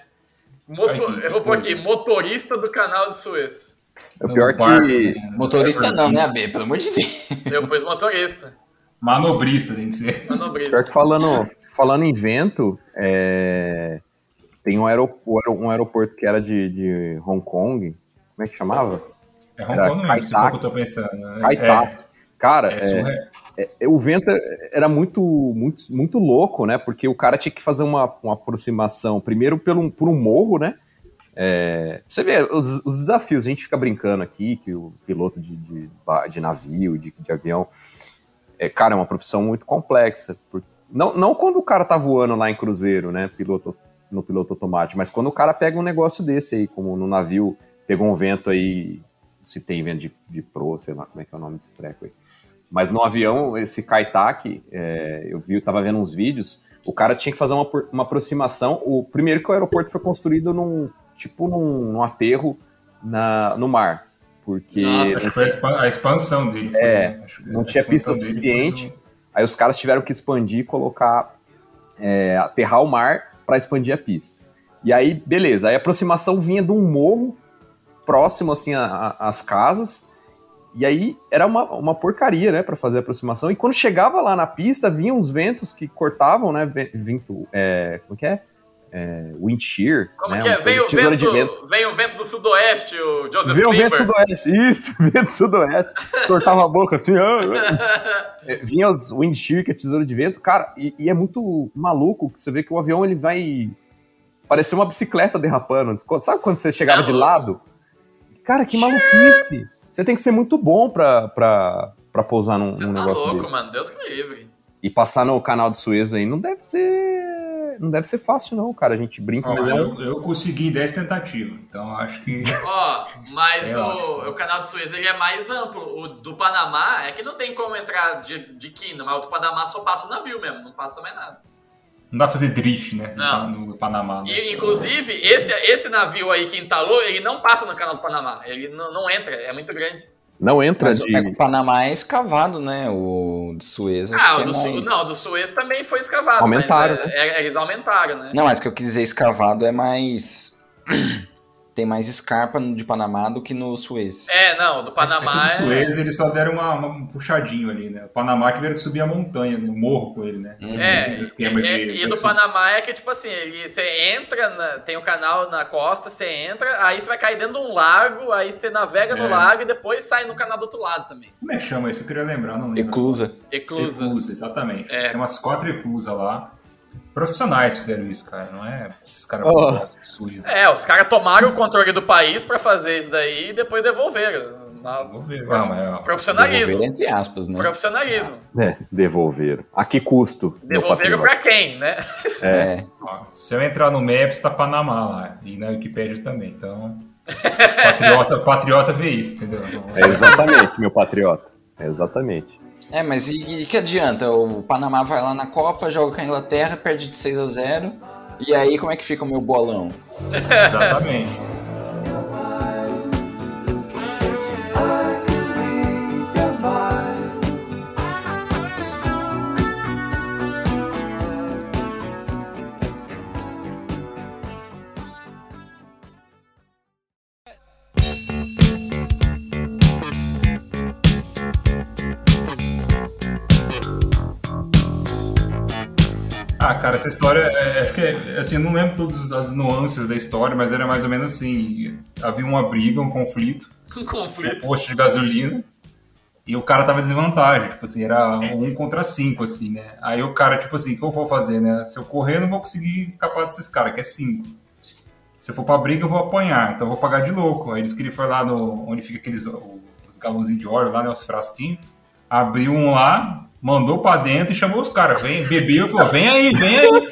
Moto-
Ai, que
eu vou pôr
coisa.
aqui, motorista do canal de Suez.
É o pior
No barco,
que.
né?
Motorista não, né, AB? Pelo amor de Deus.
Eu pus motorista,
Manobrista tem que ser.
manobrista.
Pior que falando, falando em vento, é, tem um aeroporto, um aeroporto que era de, de Hong Kong. Como é que chamava?
É Hong
Era
Kong mesmo, se for o que eu tô
Kai-Tak.
pensando. né?
Kai-Tak.
É,
Cara,
É
é,
surreal.
é, o vento era muito, muito, muito louco, né? Porque o cara tinha que fazer uma, uma aproximação, primeiro pelo, por um morro, né? É, você vê os, os desafios, a gente fica brincando aqui que o piloto de, de, ba- de navio, de, de avião, é, cara, é uma profissão muito complexa. por- não, não quando o cara tá voando lá em cruzeiro, né? Piloto, no piloto automático, mas quando o cara pega um negócio desse aí, como no navio, pegou um vento aí, se tem vento de, de pro, sei lá como é que é o nome desse treco aí. Mas no avião, esse Kaitak, é, eu vi, eu tava vendo uns vídeos, o cara tinha que fazer uma, por- uma aproximação. O primeiro que o aeroporto foi construído num tipo num, num aterro na, no mar. Porque
Nossa,
Essa foi a expa- a expansão dele. foi-
É,
acho que
não
a
tinha pista
expansão dele
suficiente. Aí os caras tiveram que expandir e colocar, é, aterrar o mar para expandir a pista. E aí, beleza, aí a aproximação vinha de um morro próximo, assim, a- a- às casas, e aí era uma, uma porcaria, né, para fazer a aproximação. E quando chegava lá na pista, vinham uns ventos que cortavam, né, ve- vento, é, como que é? é wind shear,
Como
né,
que
uma
é?
coisa
Vem o
de tesoura
vento,
de vento.
vem o vento do sudoeste, o Joseph
Veio o vento
Klimber.
sudoeste, isso, vento sudoeste, cortava a boca assim, ah, ah. É, vinha os wind shear, que é tesoura de vento, cara, e, e é muito maluco que você vê que o avião ele vai parecer uma bicicleta derrapando. Quando- Sabe quando você chegava de lado? Cara, que maluquice! Você tem que ser muito bom pra, pra, pra pousar num,
Você
num
tá
Um negócio
louco,
desse.
mano. Deus que me livre.
E passar no canal de Suez aí não deve ser. Não deve ser fácil, não, cara. A gente brinca,
Ó,
mas é um-
eu, eu consegui 10 tentativas, então acho que.
Ó, mas
É,
o, o canal de Suez ele é mais amplo. O do Panamá é que não tem como entrar de, de quina, mas o do Panamá só passa o navio mesmo, não passa mais nada.
Não dá pra fazer drift, né?
Não.
No Panamá. né?
E, inclusive, esse, esse navio aí que entalou, ele não passa no canal do Panamá. Ele não, não entra, é muito grande.
não entra
Mas
Tá de.
o Panamá é escavado, né? O de Suez. acho
Ah,
que
o
é
do
mais-
Su, não, o do Suez também foi escavado.
Aumentaram,
né?
mas, é- é- eles aumentaram, né?
Não, mas o que eu quis dizer escavado é mais. Tem mais escarpa no de Panamá do que no Suez.
É, não, o do Panamá
É que o
é.
Suez, eles só deram uma, uma- um puxadinho ali, né? O Panamá tiveram que subir a montanha, né? O morro com ele, né?
Uhum.
É,
Esse esquema
é,
de-
é, e do
desse-
Panamá é que, tipo assim, ele- você entra, na- tem o canal na costa, você entra, aí você vai cair dentro de um lago, aí você navega no
É.
lago e depois sai no canal do outro lado também.
Como é que chama isso? Eu queria lembrar, não lembro.
Eclusa.
Eclusa.
Eclusa, exatamente.
É.
Tem umas quatro eclusas lá. Profissionais fizeram isso, cara. Não é esses caras
Oh.
oh. Suíça.
É, os caras tomaram o controle do país pra fazer isso daí e depois devolveram. Na-
Vou ver. Não,
é
mas, ó,
é
Profissionalismo.
Devolver, entre aspas, né?
Profissionalismo.
É, devolveram. A que custo? meu
Devolveram
patrão?
pra quem, né?
É.
É.
ó, se eu entrar no Maps, tá Panamá lá. E na Wikipédia também. Então, patriota, patriota vê isso, entendeu? Não-
É exatamente, meu patriota. É exatamente.
É, mas e, e que adianta? O Panamá vai lá na Copa, joga com a Inglaterra, perde de 6 a 0 E aí, como é que fica o meu bolão?
Exatamente. Ah, cara, essa história é, é que, assim, eu não lembro todas as nuances da história, mas era mais ou menos assim: havia uma briga, um conflito,
Um
um
conflito.
posto de gasolina, e o cara tava em desvantagem, tipo assim, era um contra cinco, assim, né? Aí o cara, tipo assim, o que eu vou fazer, né? Se eu correr, eu não vou conseguir escapar desses caras, que é cinco. Se eu for pra briga, eu vou apanhar, então eu vou pagar de louco. Aí eles queriam foi lá no, onde fica aqueles o- os galãozinhos de óleo lá, né? Os frasquinhos, abriu um lá, mandou pra dentro e chamou os caras, vem, bebeu, e falou, vem aí, vem aí.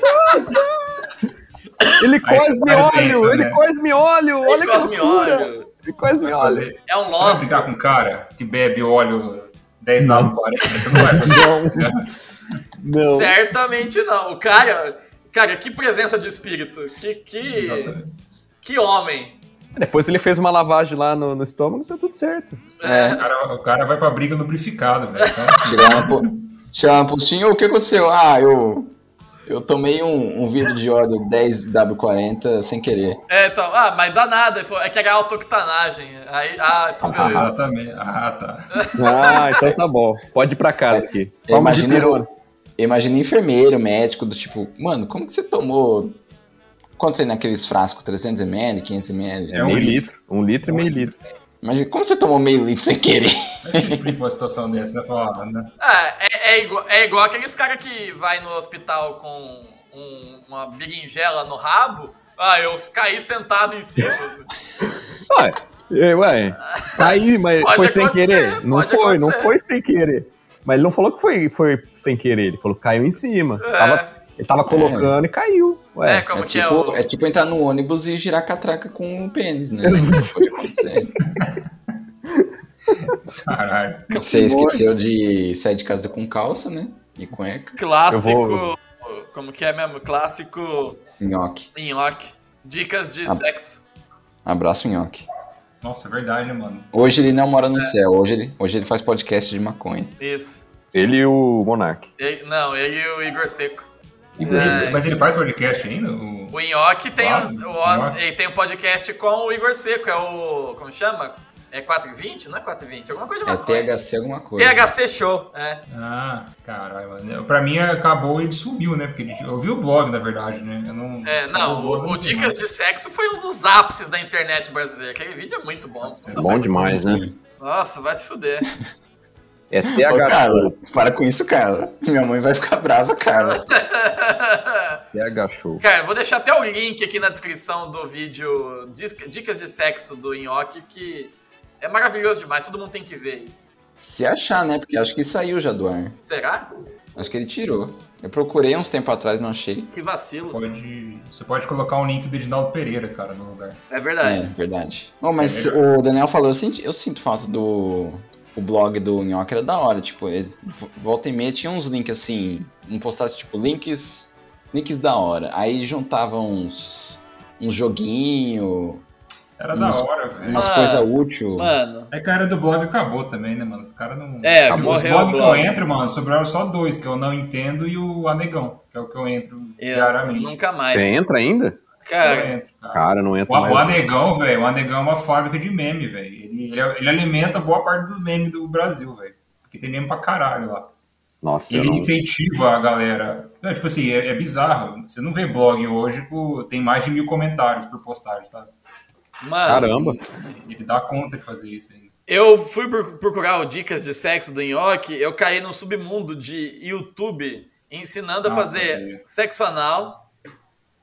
Ele
cosme óleo, ele
cosme óleo,
Ele cosme óleo.
Ele cosme
Vai fazer.
É um
Você vai
losco.
brigar com um cara que bebe óleo 10 dólares por hora, Você não vai fazer.
Não.
Certamente não. O cara. Cara, que presença de espírito. Que, que,
Exatamente.
que homem.
Depois ele fez uma lavagem lá no, no estômago, tá tudo certo.
É.
O cara, o cara vai pra briga lubrificado, velho. Então, assim,
Chegar na po- Chegar na postinha, o que aconteceu? Ah, eu. Eu tomei um, um vidro de óleo 10W40 sem querer.
É, então, ah, mas dá nada. ele falou, É que era autooctanagem. Aí, ah, então beleza.
Exatamente. Ah, tá.
Ah, então tá bom. Pode ir pra casa aqui.
Eu
Vamos de
imagino-
pirona.
Eu imagino enfermeiro, médico, do tipo, mano, como que você tomou. Quanto tem naqueles frascos? 300ml, 500ml?
É
É meio Um litro. Um litro e meio litro.
Mas como você tomou meio litro sem querer?
Eu te explico uma situação dessa, né? Falar, né?
Ah, é, é igual, é igual aqueles caras que vai no hospital com um- uma berinjela no rabo. Ah, eu caí sentado em cima.
Ué, é, ué. Tá aí, mas
Pode
foi sem
acontecer,
querer. Não
pode
foi, não
acontecer.
foi sem querer. Mas ele não falou que foi, foi sem querer, ele falou que caiu em cima. Tava- ele tava colocando e caiu.
É,
Ué.
como
é,
que é
tipo,
o.
é, tipo entrar no ônibus e girar catraca com o pênis, né? Pode acontecer.
Caralho.
Você esqueceu de sair de casa com calça, né? E cueca.
Eu
Clássico. Como que é mesmo? Clássico
Nhoque.
Inlock. Dicas de
Ah.
sexo.
Abraço, nhoque.
Nossa, é verdade, né, mano?
Hoje ele não mora no céu, hoje ele, hoje ele faz podcast de maconha.
Isso.
Ele e o Monark.
Ele- não, ele e o Igor Seco.
Mas-
É.
Mas ele faz podcast ainda? O...
O Inhoque tem o,
Claro,
o Oz-
Nhoque.
ele tem um podcast com o Igor Seco, é o. Como chama? É 420? Não é 420, alguma coisa de
É
maconha.
THC alguma coisa.
THC Show, é.
Ah, caralho, mano. Pra mim acabou, ele sumiu, né? Porque ele- eu vi o blog, na verdade, né? Eu não.
É, não,
eu
o, o
vi
Dicas de Sexo foi um dos ápices da internet brasileira. Aquele vídeo é muito bom.
mais.
Bom demais, né?
Nossa, vai se fuder.
É
Ô,
TH
Carla, para com isso, Carla. Minha mãe vai ficar brava, Carla.
TH Show.
Cara, eu vou deixar até o link aqui na descrição do vídeo Dis- Dicas de Sexo do Inhoque, que é maravilhoso demais, todo mundo tem que ver isso.
Se achar, né? Porque acho que saiu já do ar.
Será?
Acho que ele tirou. Eu procurei uns tempo atrás, não achei.
Que vacilo.
Pode, você pode colocar um link do Edinaldo Pereira, cara, no lugar.
É
É,
verdade.
verdade. Ô, mas o Daniel falou, eu sinto, eu sinto falta do. O blog do Nhoque era da hora, tipo, ele- volta e meia tinha uns links assim, um postagem tipo links, links da hora. Aí juntava uns, uns joguinho,
Era da
Nossa.
hora, velho.
umas
Ah,
coisas úteis.
Mano.
É que a era do blog acabou também, né, mano? Os caras não.
É,
Porque os
morreu o
blogs que eu
blog.
entro, mano, sobraram só dois, que eu não entendo, e o Amegão, que é o que eu entro
Eu
diariamente.
nunca mais.
Você entra ainda?
Eu
Cara,
entro, cara.
Cara, não
O,
entra
o
mais.
Anegão, velho, o Anegão é uma fábrica de meme, velho. Ele, ele, ele alimenta boa parte dos memes do Brasil, velho. Porque tem meme pra caralho lá.
Nossa, eu
Ele
não...
incentiva a galera. É, tipo assim, é, é bizarro. Você não vê blog hoje que tem mais de mil comentários por postagem, sabe?
mano,
caramba.
Ele dá conta de fazer isso ainda.
eu fui pro- procurar o Dicas de Sexo do Nhoque, eu caí num submundo de YouTube ensinando a
Nossa,
fazer
velho.
sexo anal,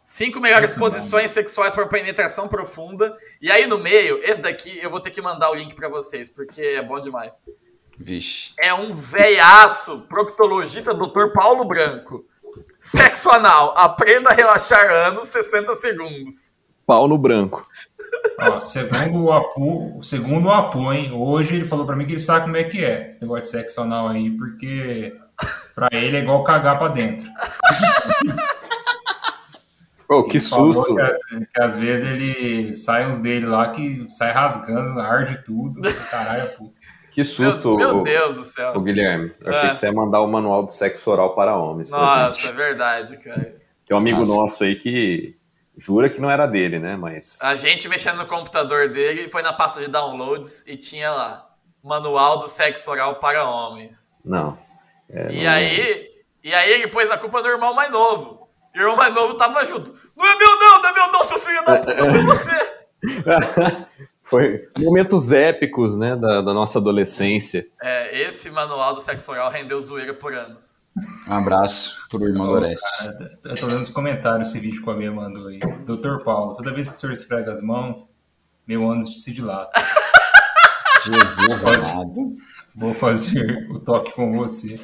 cinco melhores
Isso
posições sexuais para penetração profunda, e aí no meio, esse daqui eu vou ter que mandar o link para vocês, porque é bom demais.
Vixe.
É um veiaço, proctologista Dr. Paulo Branco. Sexo anal, aprenda a relaxar anos 60 segundos.
Pau no branco.
Ó, segundo o Apu, segundo o Apu, hein? Hoje ele falou pra mim que ele sabe como é que é esse negócio de sexo anal aí, porque pra ele é igual cagar pra dentro.
Pô, que
Ele falou
susto.
Que, às- que às vezes ele sai uns dele lá que sai rasgando, arde tudo. Caralho, pô.
Que
Meu-
susto,
Meu,
ô-
Deus do
ô
céu.
Guilherme. Eu achei
É.
que você ia mandar o manual do sexo oral para homens. pra
Nossa, é
gente.
verdade, cara.
Tem um amigo
Nossa.
nosso aí que jura que não era dele, né? Mas.
A gente mexendo no computador dele, foi na pasta de downloads e tinha lá Manual do Sexo Oral para Homens.
Não. É,
e
não-
aí, e aí ele pôs a culpa no irmão mais novo. E o irmão mais novo tava junto. Não é meu não, não é meu não, seu filho da puta, foi você.
Foi momentos épicos, né? Da, da nossa adolescência.
É, esse Manual do Sexo Oral rendeu zoeira por anos.
Um abraço pro irmão do Orestes.
Eu tô lendo os comentários esse vídeo que a minha mandou aí. Doutor Paulo, toda vez que o senhor esfrega as mãos, meu ânus se dilata.
Jesus amado.
Vou fazer o toque com você.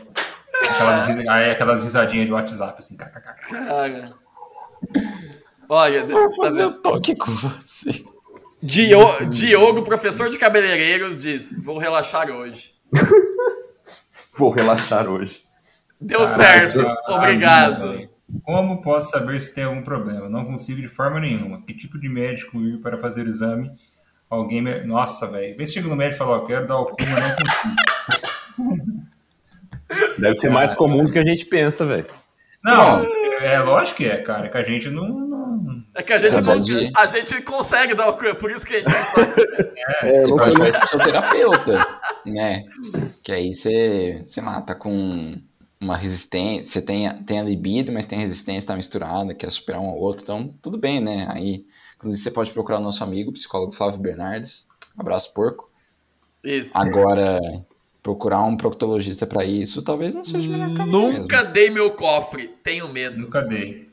Aquelas, risa- aí aquelas risadinhas de WhatsApp, assim, kkk.
Cara. Olha, tá
Fazer
vendo?
o toque com você.
Dio- Diogo, professor de cabeleireiros, diz: Vou relaxar hoje.
Vou relaxar hoje.
Deu
Caralho,
certo,
isso é
obrigado.
maravilha, velho. Como posso saber se tem algum problema? Não consigo de forma nenhuma. Que tipo de médico ir para fazer o exame? Alguém me... Nossa, velho. Vê se chega no médico e fala, ó, quero dar o cu, mas não consigo.
Deve ser mais comum do que a gente pensa, velho.
Não, é lógico que é, cara. Que a gente não... não...
É que a gente,
Tá
não,
bom dia.
a gente consegue dar o cu, é por isso que a gente não sabe.
Você pode fazer isso com seu terapeuta, né? Que aí você, sei lá, tá com uma resistência, você tem, a- tem a libido, mas tem a resistência, tá misturada, quer superar um ao outro, então tudo bem, né? Aí, inclusive, você pode procurar o nosso amigo, o psicólogo Flávio Bernardes. Abraço, porco.
Isso.
Ah, Agora, procurar um proctologista pra isso talvez não seja o melhor caminho.
Nunca dei meu cofre, tenho medo.
Nunca dei.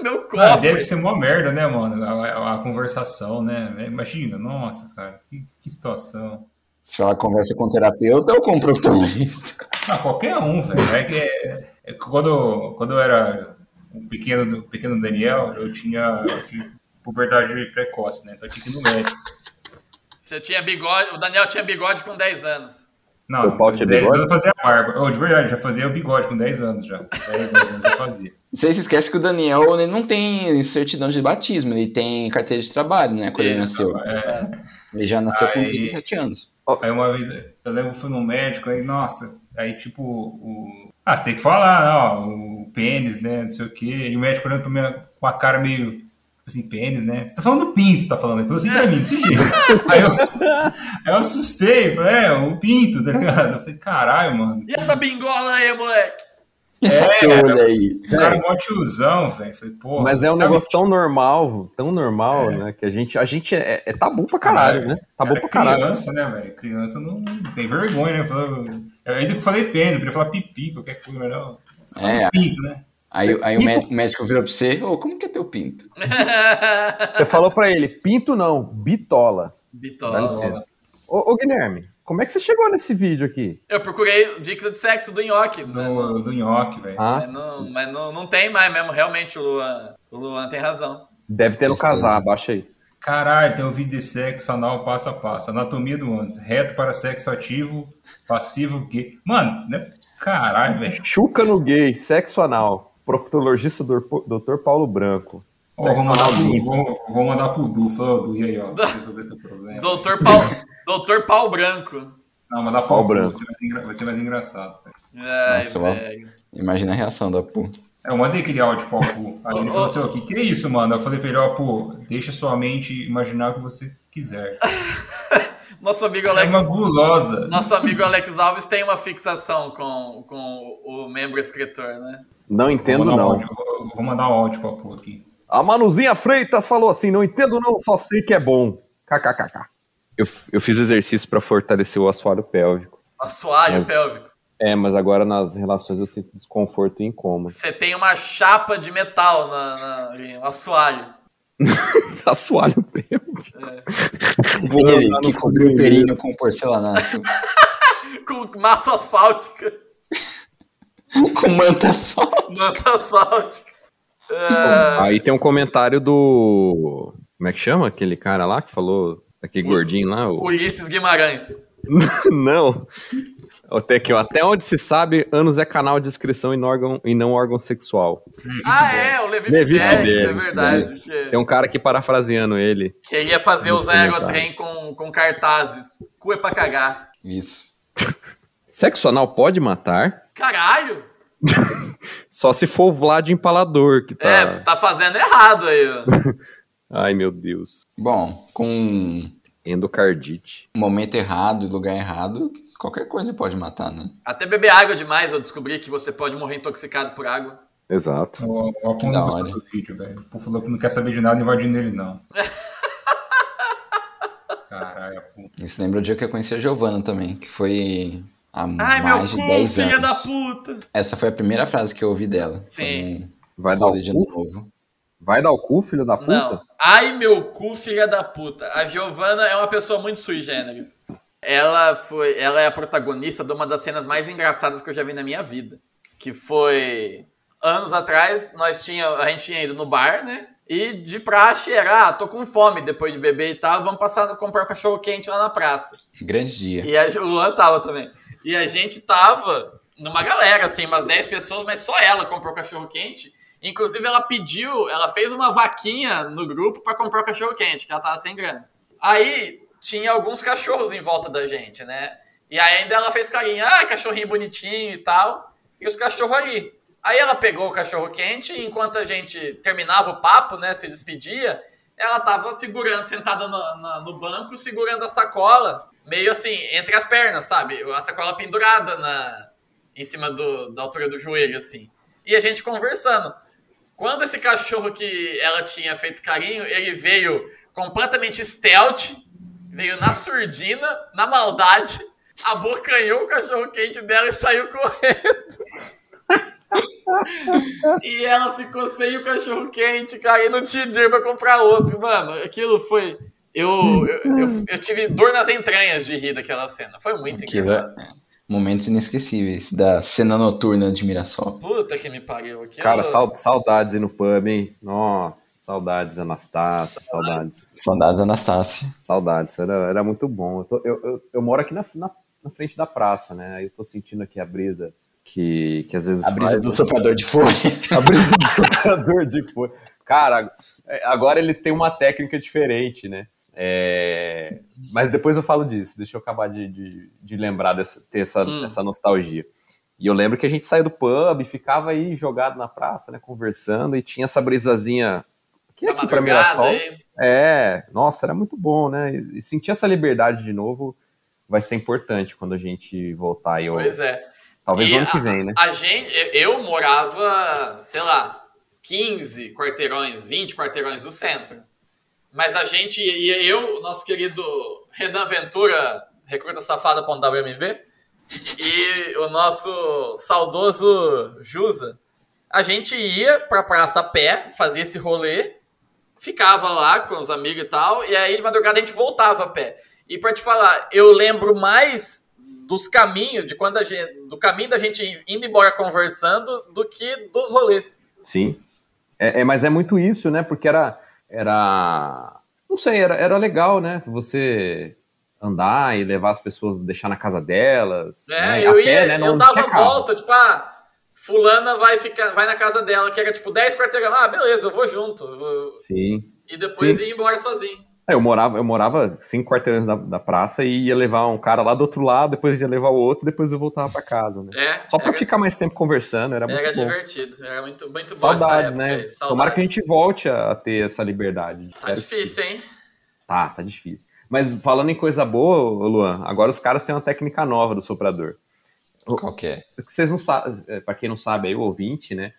Meu
Ah,
cofre.
deve ser uma merda, né, mano? A, a- a conversação, né? Imagina, nossa, cara, que, que situação.
Se ela conversa com o terapeuta ou com o proctologista.
Ah, qualquer um, velho. É que é- é que quando, quando eu era um pequeno, pequeno Daniel, eu tinha, eu tive puberdade precoce, né? Então eu tinha que ir no médico.
Você tinha bigode, o Daniel tinha bigode com 10 anos.
Não,
Seu pau tinha
10
bigode?
anos eu fazia a barba. Eu, de verdade, já fazia o bigode com 10 anos já. 10 anos eu já fazia.
Vocês esquecem que o Daniel ele não tem certidão de batismo, ele tem carteira de trabalho, né? Quando ele
Isso,
nasceu.
é.
Ele já nasceu com
Aí-
37 anos.
Aí uma vez, eu lembro que fui num médico, aí, nossa, aí tipo, o... ah, você tem que falar, ó, o pênis, né, não sei o quê, e o médico olhando pra mim né, com a cara meio, tipo assim, pênis, né, você tá falando do pinto, você tá falando, ele falou assim pra mim, desse jeito. aí, eu, aí eu assustei, falei, é, o pinto, tá ligado, eu falei, caralho, mano,
E essa bingola aí, moleque?
E essa
É,
piolha aí.
o cara é mó tiozão, velho, falei, porra.
Mas é um
sabe?
negócio tão normal, tão normal, né? Que a gente, a gente é, é tabu pra caralho, né? Tabu
É. Cara,
pra caralho.
Criança, né, velho, criança não tem vergonha, né, Falou- eu ainda que falei pênis, eu podia falar pipi, qualquer coisa, mas não, você tá falando
É.
pinto, né.
Aí, aí o mé- o médico virou pra você, ô, como que é teu pinto?
Você falou pra ele, pinto não, bitola.
Dá
Bitola.
licença.
Ô, ô, Guilherme, como é que você chegou nesse vídeo aqui?
Eu procurei o Dica de Sexo do Nhoque, mas,
Do, do nhoque, velho.
Ah,
mas não, mas não, não tem mais mesmo, realmente, o Luan. O Luan tem razão.
deve ter no casar, baixa aí.
Caralho, tem um vídeo de sexo anal passo a passo. Anatomia do ânus. Reto para sexo ativo, passivo gay. Mano, né? Caralho, velho.
Chuca no gay, sexo anal, proctologista do Dr. Paulo Branco.
Ó, Vou,
Sexo
mandar
anal
pro-
limpo.
vou, vou mandar pro Du. Falou, Du, e aí, ó. pra Resolver teu problema.
Doutor Pau, Doutor Pau Branco.
Não, mandar pro
Pau
Du.
branco.
Vai ser mais, engra- vai ser mais engraçado. velho.
Ai,
Nossa, mano.
velho.
Imagina a reação da Pum.
É, Eu mandei aquele áudio pro Alpu. Aí ele
Ô,
falou
ô.
assim: o que, que é isso, mano? Eu falei pra ele: ó, pô, deixa sua mente imaginar o que você quiser.
Nosso amigo
É
Alex.
uma gulosa.
Nosso amigo Alex Alves tem uma fixação com, com o membro escritor, né?
Não entendo,
vou mandar Um
não.
áudio, vou, vou mandar um áudio pro Alpu aqui.
A Manuzinha Freitas falou assim: não entendo, não, só sei que é bom. KKKK. Eu, eu fiz exercício pra fortalecer o assoalho pélvico.
Assoalho
Mas-
pélvico.
É, mas agora nas relações eu sinto desconforto e incômodo.
Você tem uma chapa de metal na, na, ali, um assoalho.
Tá assoalho pélvico. Vou
Ele
andar no
que cobriu o
fundo.
períneo com porcelanato,
Com massa asfáltica.
com manta só.
Manta asfáltica. Ah.
Aí tem um comentário do. Como é que chama aquele cara lá que falou? Aquele gordinho lá? o-
Ulisses Guimarães.
não. Até, aqui, ó. até onde se sabe, anos é canal de inscrição e não órgão, e não órgão sexual.
Ah, é, o Levi
Levi
Fidelis, é
Fidelis,
verdade. Que,
Tem um cara aqui parafraseando ele.
que ele ia fazer os
Nos comentários.
aerotrem com, com cartazes. Cu é pra cagar.
Isso.
Sexo anal pode matar?
Caralho!
Só se for o Vlad empalador que tá.
É, você tá fazendo errado aí. ó.
Ai, meu Deus.
Bom, com um
Endocardite.
momento errado, lugar errado, qualquer coisa pode matar, né?
Até beber água demais, eu descobri que você pode morrer intoxicado por água.
Exato.
O o Apu
Que da
não gostou
hora.
do vídeo, velho. O Apu falou que não quer saber de nada invadindo ele, não. Caralho, Apu.
Isso lembra o dia que eu conheci a Giovana também, que foi há
Ai, meu
mais de
cu,
10
filha
anos.
da puta!
Essa foi a primeira frase que eu ouvi dela.
Sim.
Vai dar,
Foi
o
um de
cu?
novo.
Vai dar o cu, filho da puta?
Não. Ai, meu cu, filha da puta. A Giovanna é uma pessoa muito sui generis. Ela foi, ela é a protagonista de uma das cenas mais engraçadas que eu já vi na minha vida, que foi anos atrás, nós tinha, a gente tinha ido no bar, né? E de praxe era, ah, tô com fome depois de beber e tal, vamos passar a comprar um cachorro quente lá na praça.
Grande dia.
E a, o Luan tava também. E a gente tava numa galera, assim, umas 10 pessoas, mas só ela comprou cachorro quente. Inclusive, ela pediu, ela fez uma vaquinha no grupo pra comprar o cachorro quente, que ela tava sem grana. Aí tinha alguns cachorros em volta da gente, né? E aí ainda ela fez carinho, ah, cachorrinho bonitinho e tal. E os cachorros ali. Aí ela pegou o cachorro quente e enquanto a gente terminava o papo, né, se despedia, ela tava segurando, sentada no, na- no banco, segurando a sacola, meio assim, entre as pernas, sabe? A sacola pendurada na, em cima do, da altura do joelho, assim. E a gente conversando. Quando esse cachorro que ela tinha feito carinho, ele veio completamente stealth, veio na surdina, na maldade, abocanhou o cachorro quente dela e saiu correndo. e ela ficou sem o cachorro quente, cara, e não tinha dinheiro pra comprar outro. Mano, aquilo foi. Eu, eu, eu, eu tive dor nas entranhas de rir daquela cena. Foi muito
Aquilo
engraçado.
é- Momentos inesquecíveis da cena noturna de Mirassol.
Puta que me pariu. Aquilo...
Cara, sau- saudades ir no pub, hein? Nossa, saudades, Anastácia, saudades.
Saudades Anastácia.
Saudades, era, era muito bom. Eu, tô- eu, eu, eu moro aqui na, na, na frente da praça, né? Aí eu tô sentindo aqui a brisa que, que às vezes.
A brisa
faz,
do
né?
soprador de folha.
A brisa do soprador de folha. Cara, é, agora eles têm uma técnica diferente, né? É, Mas depois eu falo disso. Deixa eu acabar de, de, de lembrar, dessa, ter essa,
Hum.
essa nostalgia. E eu lembro que a gente saiu do pub e ficava aí jogado na praça, né? Conversando e tinha essa brisazinha. Que é
da
aqui pra
Tá madrugada,
Mirassol.
hein?
É, nossa, era muito bom, né? E e sentir essa liberdade de novo vai ser importante quando a gente voltar aí. ou-
Pois é.
Talvez
E
ano que vem, né?
A gente, eu eu morava, sei lá, 15 quarteirões, 20 quarteirões do centro. Mas a gente, e eu, o nosso querido Renan Ventura, recruta safada para um WMV, e o nosso saudoso Jusa, a gente ia pra praça a pé, fazia esse rolê, ficava lá com os amigos e tal, e aí de madrugada a gente voltava a pé. E pra te falar, eu lembro mais dos caminhos, de quando a gente, do caminho da gente indo embora conversando, do que dos rolês.
Sim. É, é, mas é muito isso, né? Porque era. era não sei, era, era legal, né? Você andar e levar as pessoas, deixar na casa delas.
É,
né?
eu
A
ia,
pé, né? Não
eu
tinha
dava
carro.
volta, tipo, ah, fulana vai ficar, vai na casa dela, que era tipo 10 quarteirões. Ah, beleza, eu vou junto. eu vou-
Sim.
E depois
Sim.
ia embora sozinho.
É, Eu morava, eu morava cinco quarteirões da, da praça e ia levar um cara lá do outro lado, depois ia levar o outro, depois eu voltava pra casa, né?
É,
Só pra
era,
ficar mais tempo conversando, era muito
era
bom.
divertido. Era muito, muito bom essa
Saudades,
época.
né?
aí, saudades.
Tomara que a gente volte a ter essa liberdade.
Tá difícil, hein?
Tá, tá difícil. Mas falando em coisa boa, ô Luan, agora os caras têm uma técnica nova do soprador.
Qual que é?
Porque Vocês não sabem, é, pra quem não sabe aí, o ouvinte, né?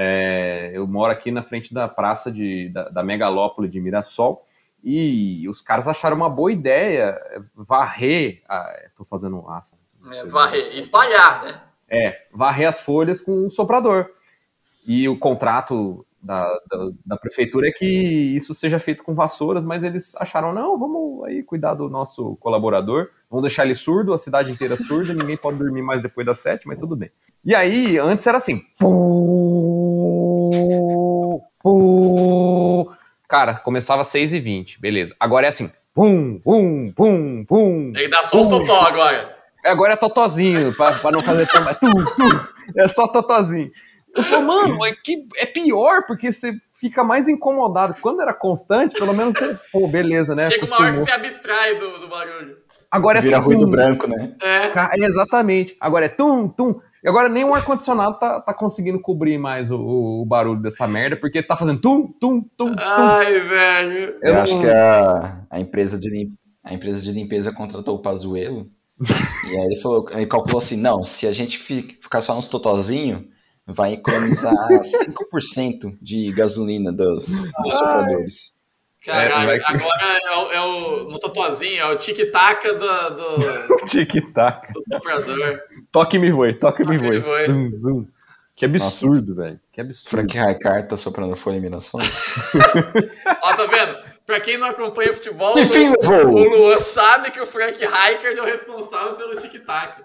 é, eu moro aqui na frente da praça de, da, da megalópole de Mirassol e os caras acharam uma boa ideia é, varrer. Ah, tô fazendo um aça.
É, varrer, espalhar, né?
É, varrer as folhas com um soprador. E o contrato da, da, da prefeitura é que isso seja feito com vassouras, mas eles acharam, não, vamos aí cuidar do nosso colaborador, vamos deixar ele surdo, a cidade inteira surda, ninguém pode dormir mais depois das sete, mas tudo bem. E aí, antes era assim, pum, pum. cara, começava às seis e vinte, beleza. Agora é assim, pum, pum, pum, pum,
Ele dá só os
Ui.
totó agora.
Agora é totozinho, pra, pra não fazer tão... tu, tu, é só totozinho. Eu falo, mano, é, que, é pior, porque você fica mais incomodado. Quando era constante, pelo menos você, pô, beleza, né?
Chega uma hora que
Acostumou.
você abstrai do, do barulho.
Agora é
Vira
assim,
ruído
um
tum,
branco, né?
É.
ca- é, Exatamente. Agora é tum, tum. E agora nem o ar-condicionado tá, tá conseguindo cobrir mais o, o- o barulho dessa merda, porque tá fazendo tum, tum, tum, tum.
Ai, velho.
Eu,
não-
acho que a, a empresa de lim- a empresa de limpeza contratou o Pazuello. e aí ele falou, ele calculou assim, não, se a gente fi- ficar só uns totozinho, vai economizar 5% de gasolina dos, dos sopradores.
Caralho,
É, vai-
agora é o, é o- No totozinho, é o tic-tac do, do,
Tic-tac.
do soprador.
Toque-me voe, toque-me
Toque-me
voe.
voe.
Zum, zum. Que absurdo, velho. Que absurdo.
Frank Raikar tá soprando folha em Mirassol.
Ó, tá vendo? Pra quem não acompanha futebol, o
Enfim,
Lu- o
levou!
Luan sabe que o Frank Rijkaard é o responsável pelo tic-tac.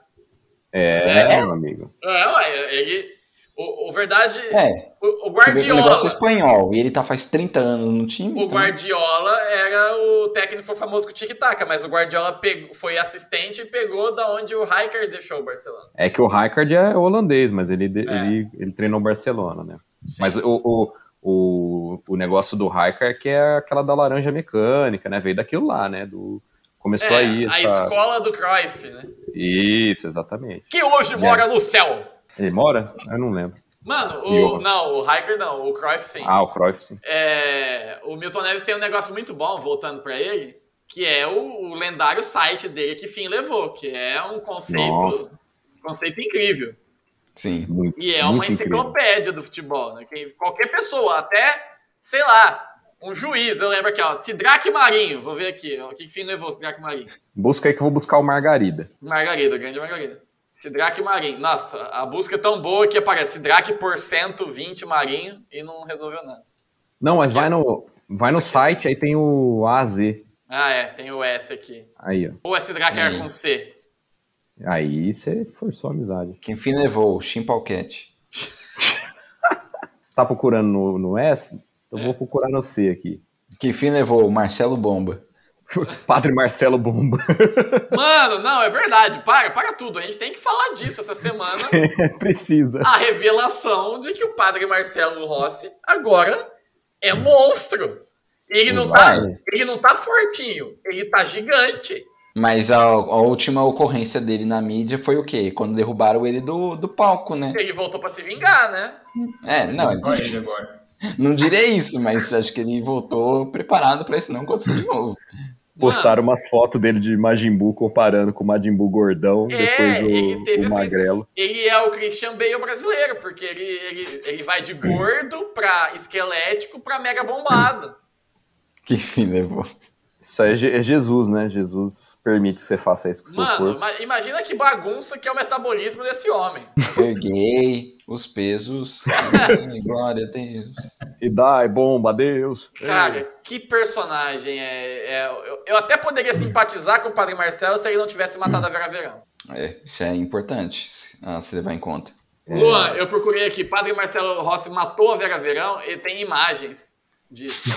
É, meu amigo.
É, ué, ele. O, o verdade.
É,
O, o
você vê que o negócio é
Guardiola.
espanhol, e ele tá faz 30 anos no time.
O
então-
Guardiola era o técnico famoso com o tic-tac, mas o Guardiola pegou- foi assistente e pegou da onde o Rijkaard deixou o Barcelona.
É que o Rijkaard é holandês, mas ele,
É.
ele, ele treinou o Barcelona, né? Mas o, o, o, o negócio do Rijkaard que é aquela da laranja mecânica, né? Veio daquilo lá, né? Do, começou
É,
aí
a
essa...
escola do Cruyff, né?
Isso, exatamente.
Que hoje mora no céu.
Ele mora? Eu não lembro.
Mano,
E
o,
o-
não, o Hiker não, o Cruyff sim.
Ah, o Cruyff, sim.
É, o Milton Neves tem um negócio muito bom, voltando pra ele, que é o, o lendário site dele que fim levou, que é um conceito, um
Nossa.
conceito incrível.
Sim.
Muito,
E é uma
muito incrível.
enciclopédia do futebol, né? Que qualquer pessoa, até, sei lá, um juiz, eu lembro aqui, ó. Sidraque Marinho, vou ver aqui. ó, O que que fim levou Sidraque Marinho?
Busca aí que eu vou buscar o Margarida.
Margarida, grande Margarida. Sidraque Marinho. Nossa, a busca é tão boa que aparece Sidraque por cento 20 Marinho e não resolveu nada.
Não, mas vai no, vai no site, aí tem o AZ.
Ah, é, tem o S aqui.
Aí, ó.
Ou é Sidraque era com C.
Aí você forçou a amizade.
Quem fim levou? Chimpalquete.
Você tá procurando no, no S? Eu
É.
vou procurar no C aqui.
Quem fim levou? Marcelo Bomba.
Padre Marcelo Bomba.
Mano, não, é verdade. Para, para tudo. A gente tem que falar disso essa semana.
Precisa.
A revelação de que o padre Marcelo Rossi agora é monstro. Ele não, tá,
Vai.
ele não tá fortinho, ele tá gigante.
Mas a, a última ocorrência dele na mídia foi o quê? Quando derrubaram ele do, do palco, né?
Ele voltou pra se vingar, né?
É, não,
Olha ele agora.
não diria isso, mas acho que ele voltou preparado pra isso não acontecer de novo.
Ah.
Postaram umas fotos dele de Majin Buu comparando com o Majin Buu gordão,
É,
depois
ele
o,
teve
o
essa-
magrelo.
Ele é o Christian Bale brasileiro, porque ele, ele, ele vai de gordo pra esquelético pra mega bombado.
Que fim levou.
Isso aí é, Je- é Jesus, né? Jesus permite que você faça isso com o seu
Mano,
corpo.
ima- imagina que bagunça que é o metabolismo desse homem.
Erguei os pesos. Ai, Glória a Deus.
E dai, bomba, adeus. É,
Cara, que personagem é. é- eu, eu até poderia simpatizar com o Padre Marcelo se ele não tivesse matado a Vera Verão.
É, isso é importante a se levar em conta.
É.
Luan, eu procurei aqui. Padre Marcelo Rossi matou a Vera Verão e tem imagens disso.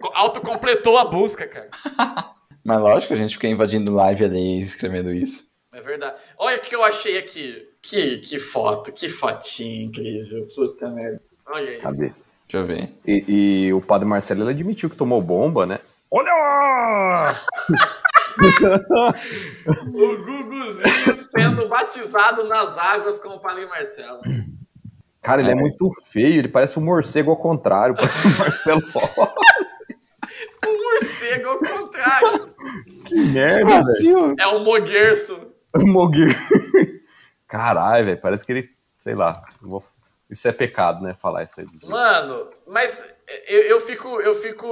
Co- Autocompletou a busca, cara.
Mas lógico, a gente fica invadindo live ali e escrevendo isso.
É verdade. Olha o que eu achei aqui. Que, que foto, que fotinha incrível. Puta merda. Olha aí.
Cadê?
Deixa eu ver.
E, e o padre Marcelo ele admitiu que tomou bomba, né? Olha!
O Guguzinho sendo batizado nas águas com o Padre Marcelo.
Cara, ele é,
É.
muito feio, ele parece um morcego ao contrário, parece o Marcelo Rossi.
O Um morcego ao contrário.
Que merda, velho.
É um moguerço.
Moguir. Caralho, velho, parece que ele, sei lá, não vou- isso é pecado, né, falar isso aí.
Mano, mas eu, eu fico, eu fico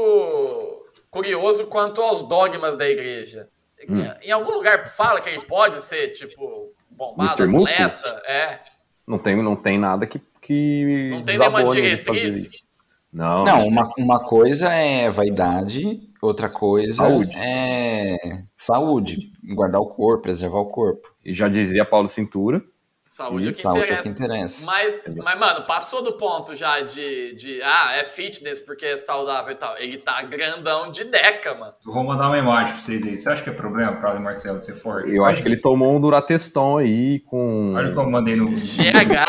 curioso quanto aos dogmas da igreja.
Hum.
Em algum lugar fala que ele pode ser, tipo, bombado,
Mr. Músculo?
atleta. É.
Não tem, não tem nada que que
Não tem nenhuma
desabone ele fazer
diretriz.
isso. Não. né?
Não, uma, uma coisa é vaidade, outra coisa
Saúde.
é saúde. Guardar o corpo, preservar o corpo.
E já dizia Paulo Cintura,
Saúde é o
E
que
saúde é o que
interessa.
interessa.
Mas, mas, mano, passou do ponto já de, de. Ah, é fitness porque é saudável e tal. Ele tá grandão de deca, mano.
Eu vou mandar uma imagem pra vocês aí. Você acha que é problema, Prado Marcelo, de ser forte?
eu acho que ele tomou um Durateston aí com
Olha o que eu mandei no.
GH,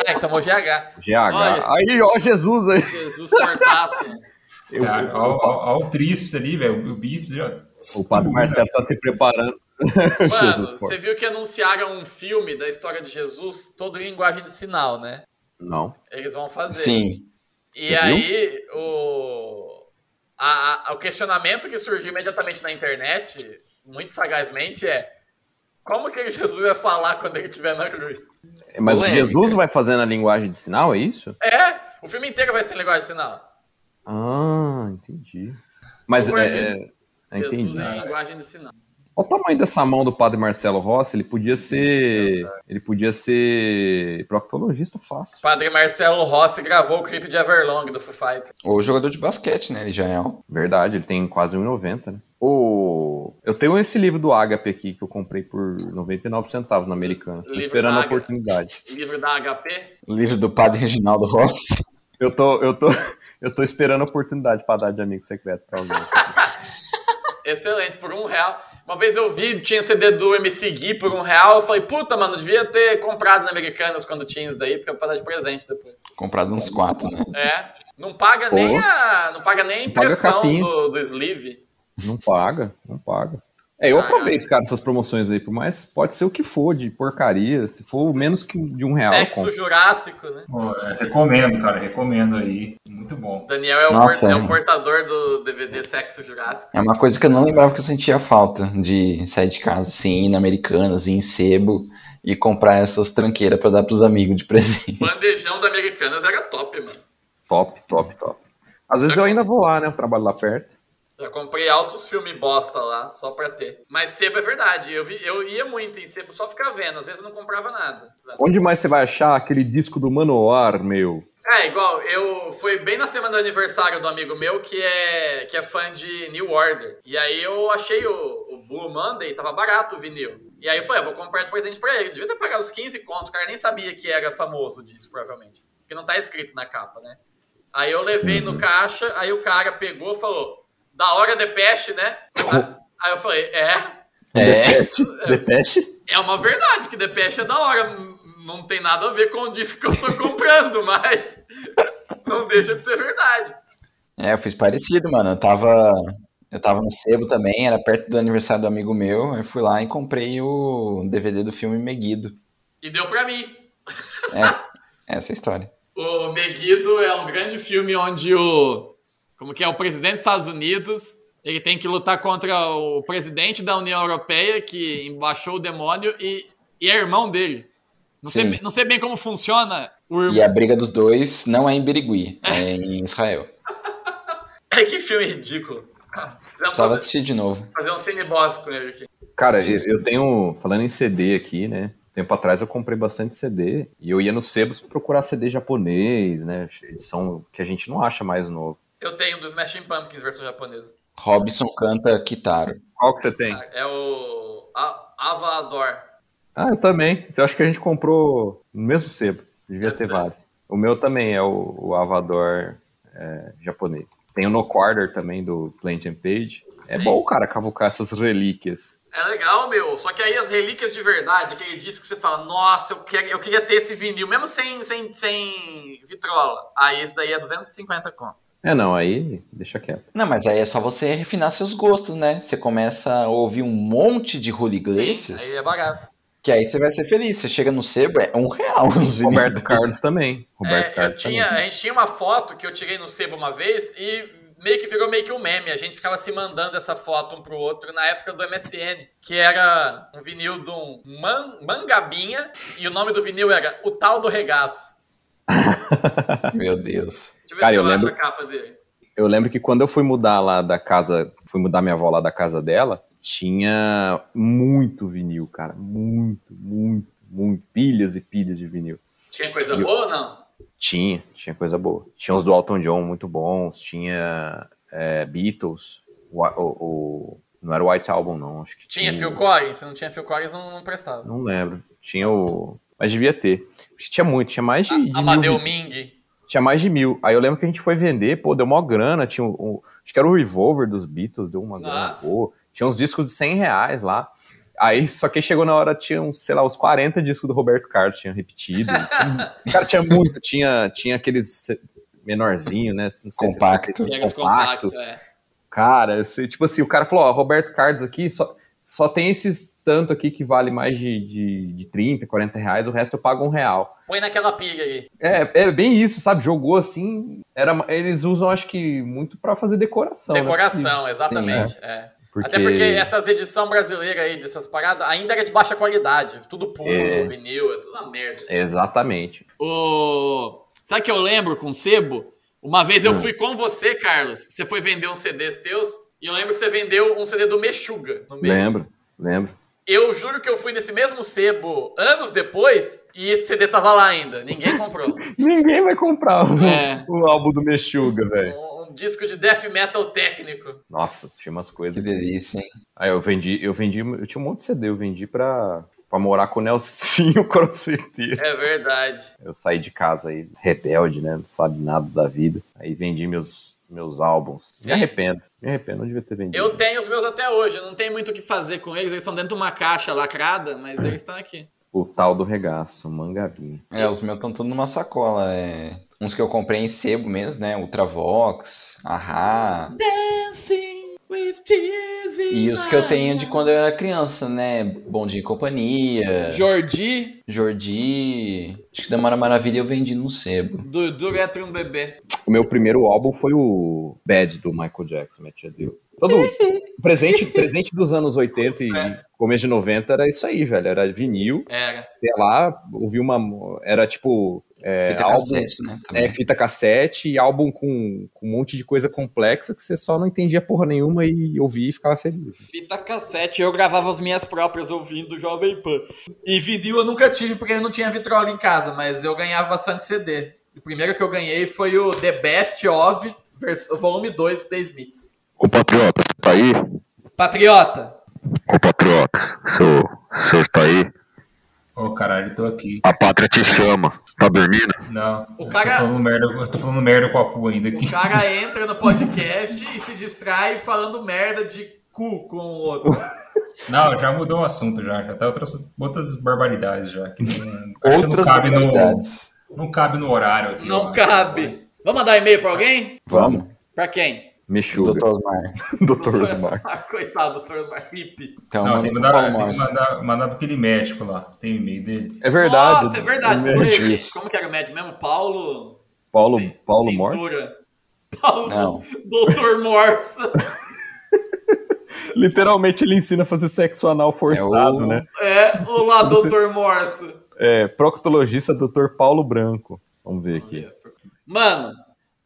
ele tomou GH.
GH.
Olha.
Aí, ó, Jesus aí.
Jesus fortaço.
Eu... Olha olha o tríceps ali, velho. O bíceps. ó.
O padre Marcelo tá se preparando.
Mano,
Jesus,
você viu que anunciaram um filme da história de Jesus todo em linguagem de sinal, né?
Não.
Eles vão fazer.
Sim.
E aí, o, a- a- o questionamento que surgiu imediatamente na internet, muito sagazmente, é como que Jesus vai falar quando ele estiver na cruz?
Mas
Polêmica.
Jesus vai fazendo a linguagem de sinal, é isso?
É, o filme inteiro vai ser linguagem de sinal.
Ah, entendi. Mas
Por
é,
Jesus.
é,
Jesus
entendi.
é linguagem de sinal.
Olha o tamanho dessa mão do padre Marcelo Rossi, ele podia ser. Ele podia ser proctologista fácil.
Padre Marcelo Rossi gravou o clipe de Everlong do Foo Fighters.
Ou jogador de basquete, né? Ele já é um.
Verdade, ele tem quase 1,90, né? O... Eu tenho esse livro do Agape aqui que eu comprei por 99 centavos na Americana. Tô
Livro
esperando
da
a
Ágape.
oportunidade.
Livro da HP.
Livro do padre Reginaldo Rossi.
Eu tô, eu tô, eu tô esperando a oportunidade pra dar de amigo secreto pra alguém.
Excelente, por um real. Uma vez eu vi, tinha CD do MC Gui por um real. Eu falei, puta, mano, devia ter comprado na Americanas quando tinha isso daí, porque eu vou dar de presente depois.
Comprado uns quatro, né?
É. Não paga nem a. Não paga nem a
Não paga a
impressão
capinha.
do, do sleeve.
Não paga, não paga. É, eu
Caraca.
aproveito, cara, essas promoções aí, por mais pode ser o que for de porcaria. Se for menos que de um real, eu
Sexo
compro.
jurássico, né?
Pô, é, recomendo, cara. Recomendo aí. Muito bom.
Daniel é o,
Nossa,
por- é
é.
o portador do DVD Sexo Jurássico.
É uma coisa que eu não lembrava que eu sentia falta de sair de casa, assim, ir na Americanas, ir em sebo e comprar essas tranqueiras pra dar pros amigos de presente.
Bandejão da Americanas era top, mano.
Top, top, top. Às vezes eu ainda vou lá, né? Eu trabalho lá perto.
Já comprei altos filmes bosta lá, só pra ter. Mas sebo é verdade. Eu, vi, eu ia muito em sebo, só ficar vendo. Às vezes eu não comprava nada. sabe?
Onde mais você vai achar aquele disco do Manoar, meu?
É, igual, eu foi bem na semana do aniversário do amigo meu que é, que é fã de New Order. E aí eu achei o, o Blue Monday, tava barato o vinil. E aí eu falei, ah, vou comprar de presente pra ele. Devia ter pago os 15 conto, o cara nem sabia que era famoso o disco, provavelmente. Porque não tá escrito na capa, né? Aí eu levei no caixa, aí o cara pegou e falou, da hora Depeche, né? Aí eu falei, é,
Depeche? Depeche?
é uma verdade, porque Depeche é da hora. N- Não tem nada a ver com o disco que eu tô comprando, mas não deixa de ser verdade.
É, eu fiz parecido, mano. Eu tava, eu tava no sebo também, era perto do aniversário do amigo meu. Eu fui lá e comprei o DVD do filme Meguido.
E deu pra mim.
É, essa é a história.
O Meguido é um grande filme onde o. Como que é? O presidente dos Estados Unidos. Ele tem que lutar contra o presidente da União Europeia, que embaixou o demônio, e, e é irmão dele. Não sei,
Sim.
bem- não sei bem como funciona o
E
irmão.
a briga dos dois não é em Birigui, é em Israel.
Ai, que filme ridículo. Precisamos
Precisava
fazer,
assistir de novo.
fazer um cineboss com ele aqui.
Cara, eu eu tenho. Falando em CD aqui, né? Tempo atrás eu comprei bastante CD e eu ia nos sebos procurar CD japonês, né? Edição que a gente não acha mais novo.
Eu tenho um dos Smashing Pumpkins, versão japonesa.
Robson canta Kitaro.
Qual que você tem?
É o A- Avador.
Ah, eu também. Eu acho que a gente comprou no mesmo sebo. Devia
Deve
ter
ser.
vários. O meu também é o, o Avador é, japonês. Tem o No Quarter também do Plant and Page. É
Sim.
bom, cara, cavucar essas relíquias.
É legal, meu. Só que aí as relíquias de verdade, aquele disco que você fala, nossa, eu, quer, eu queria ter esse vinil, mesmo sem, sem, sem vitrola. Aí esse daí é 250 conto.
É, não, aí deixa quieto.
Não, mas aí é só você refinar seus gostos, né? Você começa a ouvir um monte de Julio
Sim,
Iglesias,
aí é barato.
que aí você vai ser feliz. Você chega no sebo, é um real os vinil.
Roberto Carlos também. Roberto
É, eu
Carlos
tinha,
também.
a gente tinha uma foto que eu tirei no sebo uma vez e meio que virou meio que um meme. A gente ficava se mandando essa foto um pro outro na época do MSN, que era um vinil de um man- mangabinha e o nome do vinil era O Tal do Regaço.
Meu Deus.
Deixa eu ver
Cara,
se eu,
eu
acho
lembro-
a capa dele.
Eu lembro que quando eu fui mudar lá da casa, fui mudar minha avó lá da casa dela, tinha muito vinil, cara. Muito, muito, muito. Pilhas e pilhas de vinil.
Tinha coisa
Eu-
boa ou não?
Tinha, tinha coisa boa. Tinha os do Elton John muito bons, tinha é, Beatles, o, o- o- não era o White Album, não, acho que
Tinha
tinha.
Phil Collins? Se não tinha Phil Collins, não, não prestava.
Hum. Não lembro. Tinha o. Mas devia ter. Acho que Tinha muito, tinha mais de, de
Amadeu
mil.
Ming.
Tinha mais de mil. Aí eu lembro que a gente foi vender, pô, deu mó grana. Tinha o. o- acho que era o Revolver dos Beatles, deu uma grana
Nossa.
boa. Tinha uns discos de 100 reais lá. Aí, só que chegou na hora, tinha, uns, sei lá, uns 40 discos do Roberto Carlos, tinha repetido. Cara, tinha muito. Tinha, tinha aqueles menorzinho, né? Não sei se-
Compacto.
Pega os
Compacto.
compactos, é.
Cara, você- tipo assim, o cara falou, ó, Roberto Carlos aqui, só, só tem esses tanto aqui que vale mais de, de, de 30, 40 reais, o resto eu pago um real.
Põe naquela pilha aí.
É, é bem isso, sabe? Jogou assim, era, eles usam, acho que, muito pra fazer decoração. né?
Decoração, exatamente. é.
Porque-
Até porque essas edições brasileiras aí, dessas paradas, ainda era de baixa qualidade. Tudo puro,
É.
vinil, é tudo uma merda.
Exatamente.
O... Sabe que eu lembro com sebo? Uma vez eu
Hum.
fui com você, Carlos. Você foi vender um uns CDs teus. E eu lembro que você vendeu um CD do Mexuga no meio.
Lembro, lembro.
Eu juro que eu fui nesse mesmo sebo anos depois e esse CD tava lá ainda. Ninguém comprou.
Ninguém vai comprar o,
É.
o álbum do Mexuga, velho.
um, um disco de death metal técnico.
Nossa, tinha umas
Que
coisas.
delícia, hein?
Aí eu vendi, eu vendi, eu tinha um monte de CD, eu vendi pra, pra morar com o Nelsinho Crossfiteiro.
É verdade.
Eu saí de casa aí, rebelde, né? Não sabe nada da vida. Aí vendi meus, meus álbuns.
Sim.
Me arrependo. Me arrependo, não devia ter vendido.
Eu tenho os meus até hoje, não tem muito o que fazer com eles. Eles estão dentro de uma caixa lacrada, mas eles estão aqui.
O tal do regaço, mangabinho.
É, os meus estão tudo numa sacola. É... Uns que eu comprei em sebo mesmo, né? Ultravox, Ahá.
Dancing with tears
E os que eu tenho de quando eu era criança, né? Bom Dia e Companhia,
Jordi,
Jordi. Acho que da Mara Maravilha eu vendi no sebo.
do Duro é um bebê.
O meu primeiro álbum foi o Bad do Michael Jackson, minha tia deu. Todo presente, presente dos anos 80 e começo de 90 era isso aí, velho. Era vinil,
Era.
sei lá, ouvi uma. Era tipo
É,
Fita
álbum,
cassete, né? também.
é, fita cassete e álbum com, com um monte de coisa complexa que você só não entendia porra nenhuma e ouvia e ficava feliz.
Fita cassete, eu gravava as minhas próprias ouvindo Jovem Pan. E vinil eu nunca tive porque não tinha vitrola em casa, mas eu ganhava bastante CD. O primeiro que eu ganhei foi o The Best of, vers- volume 2 do The Smiths.
Compatriota, você tá aí?
Patriota!
Compatriotas, o senhor, o senhor está aí?
Ô, caralho, tô aqui.
A pátria te chama. Tá dormindo?
Não.
O
eu
cara-
Tô falando merda, eu tô falando merda com a Pu ainda aqui.
O cara entra no podcast e se distrai falando merda de cu com o outro.
Não, já mudou o assunto já. Já tá outras, outras barbaridades já. Que não, acho que não
Outras
cabe no.
modalidades.
Não cabe no horário aqui. eu
Não
acho.
cabe. Vamos mandar e-mail pra alguém?
Vamos,
Pra quem?
Mexuga.
Dr. Osmar.
Doutor
Doutor Osmar.
Osmar. Coitado, doutor Osmar. Hippie.
Então,
Não,
manda
tem que
pro
mandar,
Paulo
tem que
Morse.
mandar, mandar pra aquele médico lá. Tem o e-mail dele.
É verdade.
Nossa, é verdade.
É
Como é-
isso.
Como que era o médico mesmo? Paulo.
Paulo,
Cin-
Paulo
Cintura.
Morte?
Paulo.
Não.
Doutor Morsa.
Literalmente ele ensina a fazer sexo anal forçado,
É o-
né?
É, olá, doutor Morsa.
É, proctologista Dr. Paulo Branco. Vamos ver aqui.
Mano,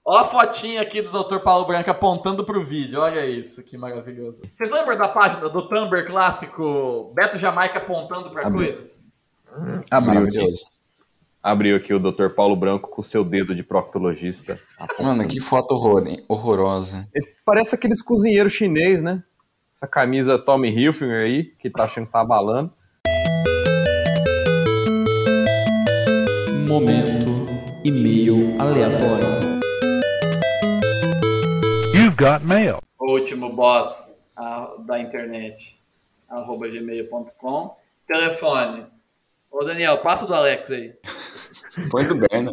ó a fotinha aqui do Dr. Paulo Branco apontando pro vídeo. Olha isso, que maravilhoso. Vocês lembram da página do Tumblr clássico Beto Jamaica apontando pra
Abriu.
coisas?
Abriu aqui.
Ah, Maravilhoso.
Abriu aqui o Dr. Paulo Branco com o seu dedo de proctologista.
Mano, que foto horror, hein? horrorosa.
Parece aqueles cozinheiros chinês, né? Essa camisa Tommy Hilfiger aí, que tá achando que tá abalando.
Momento e-mail aleatório.
O último boss a- da internet, arroba gmail.com. Telefone. Ô, Daniel, passa o do Alex aí.
Põe do Berna.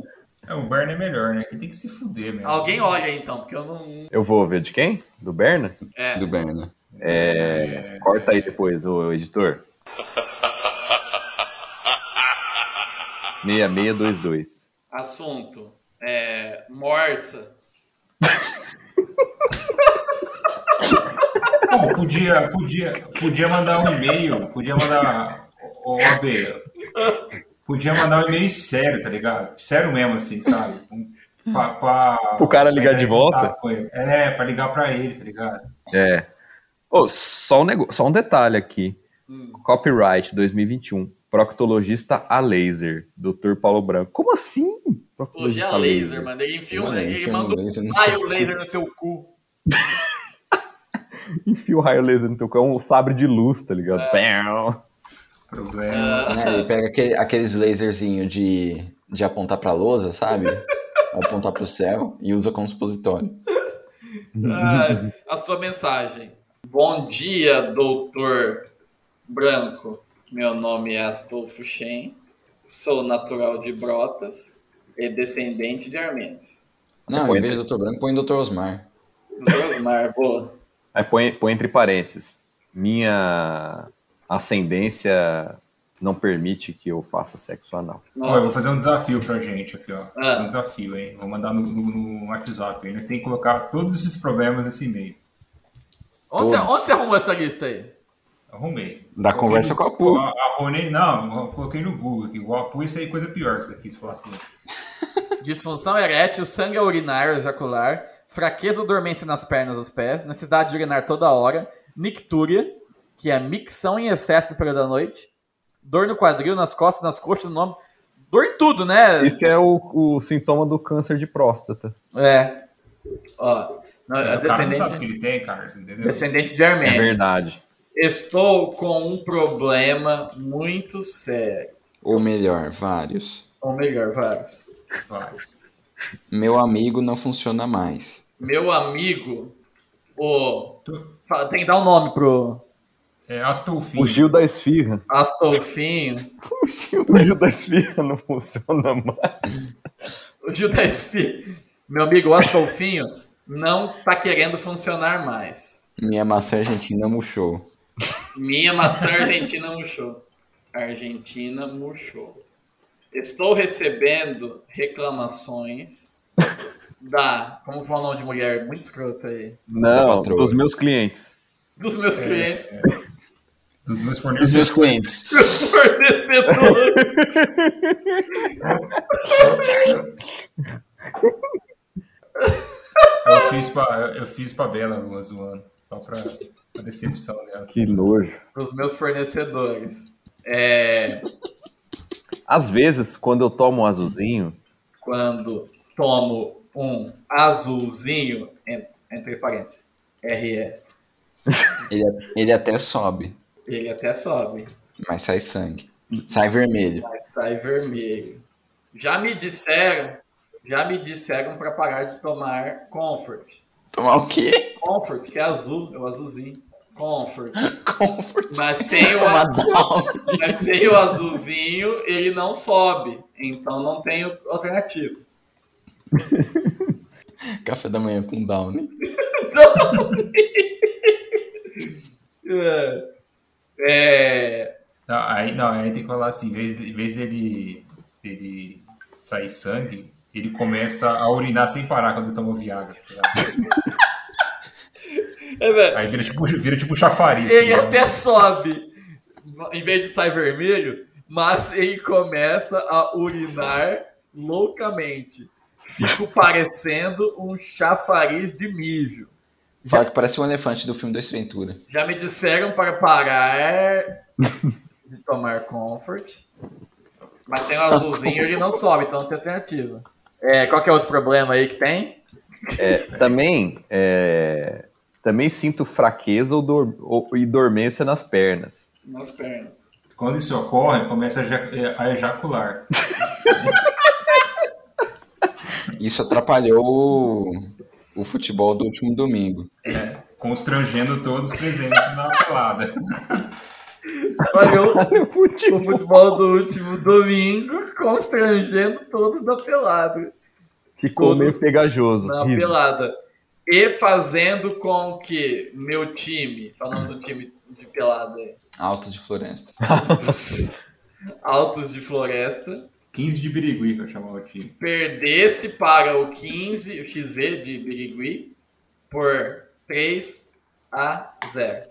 É, o Bernie é melhor, né? Que tem que se fuder mesmo.
Alguém olha aí, então, porque eu não...
Eu vou ver de quem? Do Berna?
É.
Do Berna.
É, corta aí depois, o editor. 6622.
Assunto. É, morsa.
Bom, podia, podia, podia mandar um e-mail, podia mandar. Ô, AB, podia mandar um e-mail sério, tá ligado? Sério mesmo, assim, sabe? Um, pra, pra-
Pro cara ligar
pra
de
entrar em
volta?
contato com ele. É, pra ligar pra ele, tá ligado?
É. Ô, só, um nego- só um detalhe aqui. Copyright 2021. Proctologista a laser. Dr. Paulo Branco. Como assim?
Hoje é
a
laser, mano. Ele enfia um...
Mano, ele
Ele
enfia um
manda um
laser no
raio
seu
laser no teu cu.
Enfia o raio laser no teu cu. É um sabre de luz, tá ligado? Pau.
Problema.
É, ele pega aquele- aqueles laserzinhos de, de apontar pra lousa, sabe? apontar pro céu e usa como supositório.
Ah, a sua mensagem. Bom dia, doutor Branco. Meu nome é Astolfo Shen. Sou natural de Brotas e descendente de armênios.
Não,
Põe
em vez do Dr. Branco, põe Dr. Osmar.
Doutor Osmar, boa.
Aí põe, põe entre parênteses. Minha ascendência não permite que eu faça sexo anal.
Ó, eu vou
Nossa,
fazer um desafio pra gente aqui, ó. Vou
Ah.
fazer um desafio, hein? Vou mandar no, no- no WhatsApp. A gente tem que colocar todos esses problemas nesse e-mail.
onde, você,
todos.
onde você arrumou essa lista aí?
Arrumei.
Da
Coloquei
conversa
no-
com a Pu.
A- arrumei- não, eu coloquei no Google aqui. O Apu, isso aí é coisa pior que isso aqui, se falasse com isso.
Disfunção erétil, sangue a urinar, ejacular, fraqueza ou dormência nas pernas e os pés, necessidade de urinar toda hora, nictúria, que é micção em excesso no período da noite, dor no quadril, nas costas, nas coxas, no nome. Dor em tudo, né?
Esse é o, o sintoma do câncer de próstata.
É. Ó, não, é
Mas o cara não sabe o que
descendente,
ele tem, cara, você entendeu?
descendente de Armênia.
É verdade.
Estou com um problema muito sério.
Ou melhor, vários.
Ou melhor, vários.
Vários.
Meu amigo não funciona mais.
Meu amigo, o.
Tu-
fa- Tem que dar um nome pro
É Astolfinho.
O Gil da Esfirra.
Astolfinho.
O Gil da Esfirra não funciona mais.
O Gil tá esfi- Meu amigo, o Astolfinho não tá querendo funcionar mais.
Minha maçã argentina murchou.
Minha maçã argentina murchou. Argentina murchou. Estou recebendo reclamações da. Como foi o nome de mulher? Muito escrota aí.
Da
Não,
patroa.
dos meus clientes.
Dos meus clientes,
Dos
Os
meus
meus
fornecedores.
clientes.
meus fornecedores.
Eu fiz pra, eu fiz pra Bela uma zoando, só pra, pra decepção dela.
Que nojo.
para os meus fornecedores. É,
Às vezes, quando eu tomo um azulzinho,
quando tomo um azulzinho, en- entre parênteses, RS,
Ele, ele até sobe,
ele até sobe,
mas sai sangue. Sai vermelho.
mas sai vermelho. Já me disseram, já me disseram para parar de tomar Comfort.
Tomar o quê?
Comfort, que é azul, é o azulzinho. Comfort.
Comfort.
Mas sem o,
Tomar down.
mas sem o azulzinho, ele não sobe. Então não tem alternativa.
Café da manhã com down.
É, É,
Não, aí, não, aí tem que falar assim, em vez, de- em vez dele, dele sair sangue, ele começa a urinar sem parar quando toma Viagra. tá ligado?
é, velho,
Aí vira tipo, vira tipo chafariz. tá
ele
ligado?
até sobe, em vez de sair vermelho, mas ele começa a urinar loucamente. Fico parecendo um chafariz de mijo.
Fala que parece um elefante do filme do Ventura.
Já me disseram para parar de tomar comfort, mas sem o azulzinho ele não sobe, então não tem alternativa. É, qual que é outro problema aí que tem?
é, também, é, também sinto fraqueza ou dor- ou- e dormência nas pernas.
Nas pernas.
Quando isso ocorre, começa a, eja- a ejacular. né?
Isso atrapalhou o, o futebol do último domingo.
constrangendo todos os presentes na pelada.
Olha,
Meu
o
futebol.
futebol do último domingo constrangendo todos da pelada.
Ficou meio
Todos
pegajoso.
na
Riso.
pelada. E fazendo com que meu time, falando do time de pelada, aí,
Alto de Floresta.
Altos de Floresta,
15 de Birigui, que eu chamava o time.
perdesse para o 15, o XV de Birigui, por 3 a 0.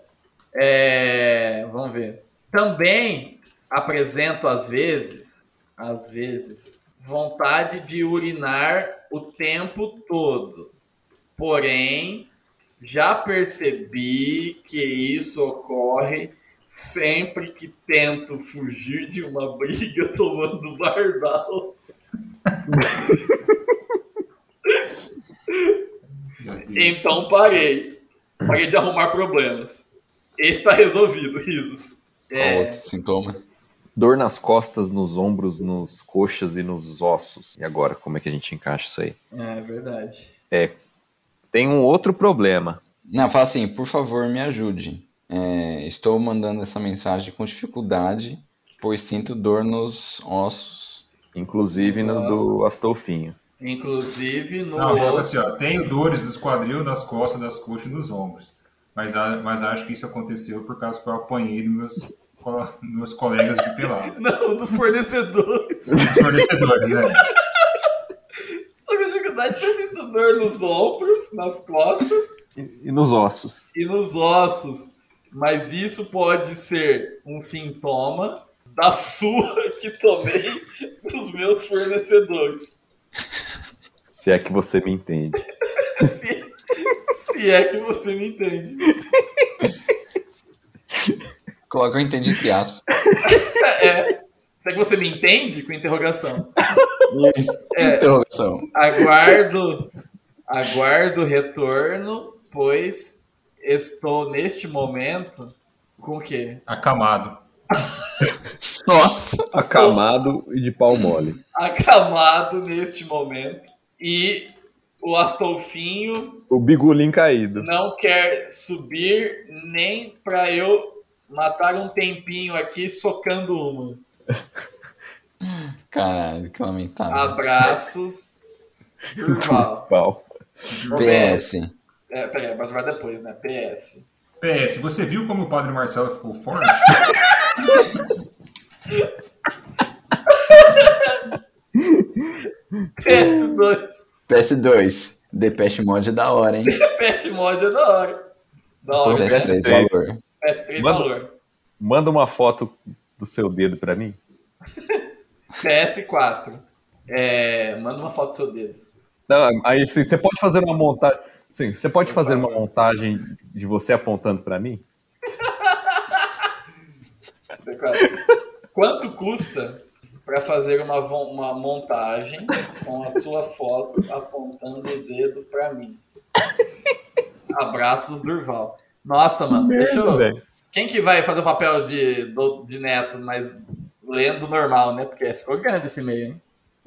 É, vamos ver. Também apresento às vezes, às vezes, vontade de urinar o tempo todo. Porém, já percebi que isso ocorre sempre que tento fugir de uma briga tomando barbal.
Meu Deus.
Então parei. Parei de arrumar problemas. Esse tá resolvido, risos.
Qual
É,
Ah,
Outro sintoma.
Dor nas costas, nos ombros, nos coxas e nos ossos. E agora, como é que a gente encaixa isso aí?
é verdade.
Tem um outro problema.
Não, fala assim, por favor, me ajude. É, estou mandando essa mensagem com dificuldade, pois sinto dor nos ossos.
Inclusive no do
Ossos.
Astolfinho.
Inclusive no
Não, joga assim,
osso.
ó. Tenho dores dos quadril, das costas, das coxas e dos ombros. Mas, a- mas acho que isso aconteceu por causa que eu apanhei dos meus, co- dos meus colegas de pelada.
Não, dos fornecedores.
Dos fornecedores, né?
Tô com dificuldade pra sentir dor nos ombros, nas costas
E, e nos ossos.
e nos ossos. Mas isso pode ser um sintoma da sua que tomei dos meus fornecedores.
Se é que você me entende.
Se, se é que você me entende.
Coloca eu entendi entre aspas.
É. Será que você me entende? Com interrogação.
Interrogação.
Aguardo, aguardo o retorno, pois estou neste momento com o quê?
Acamado.
Nossa!
Acamado e de pau mole.
Acamado neste momento e o Astolfinho
O bigolim caído.
não quer subir nem para eu matar um tempinho aqui socando uma.
Caralho, que
Ah,
lamentável.
Abraços, Durval.
Pau.
PS.
É, peraí, mas vai depois, né? PS.
PS, você viu como o Padre Marcelo ficou forte?
PS2.
PS2. Depeche Mode é da hora, hein?
Pest mod é da hora. Da
Pô,
hora, né?
PS3,
PS3.
valor.
PS3
Manda-
valor.
Manda uma foto do seu dedo pra mim.
PS4. É, manda uma foto do seu dedo.
Não, aí assim, você pode fazer uma montagem. Sim, você pode fazer uma montagem de você apontando pra mim?
Quanto custa para fazer uma, vo- uma montagem com a sua foto apontando o dedo para mim? Abraços, Durval. Nossa, mano, deixa eu.
velho.
Quem que vai fazer o papel de, do- de neto, mas lendo normal, né? Porque ficou grande esse e-mail, hein?
Eu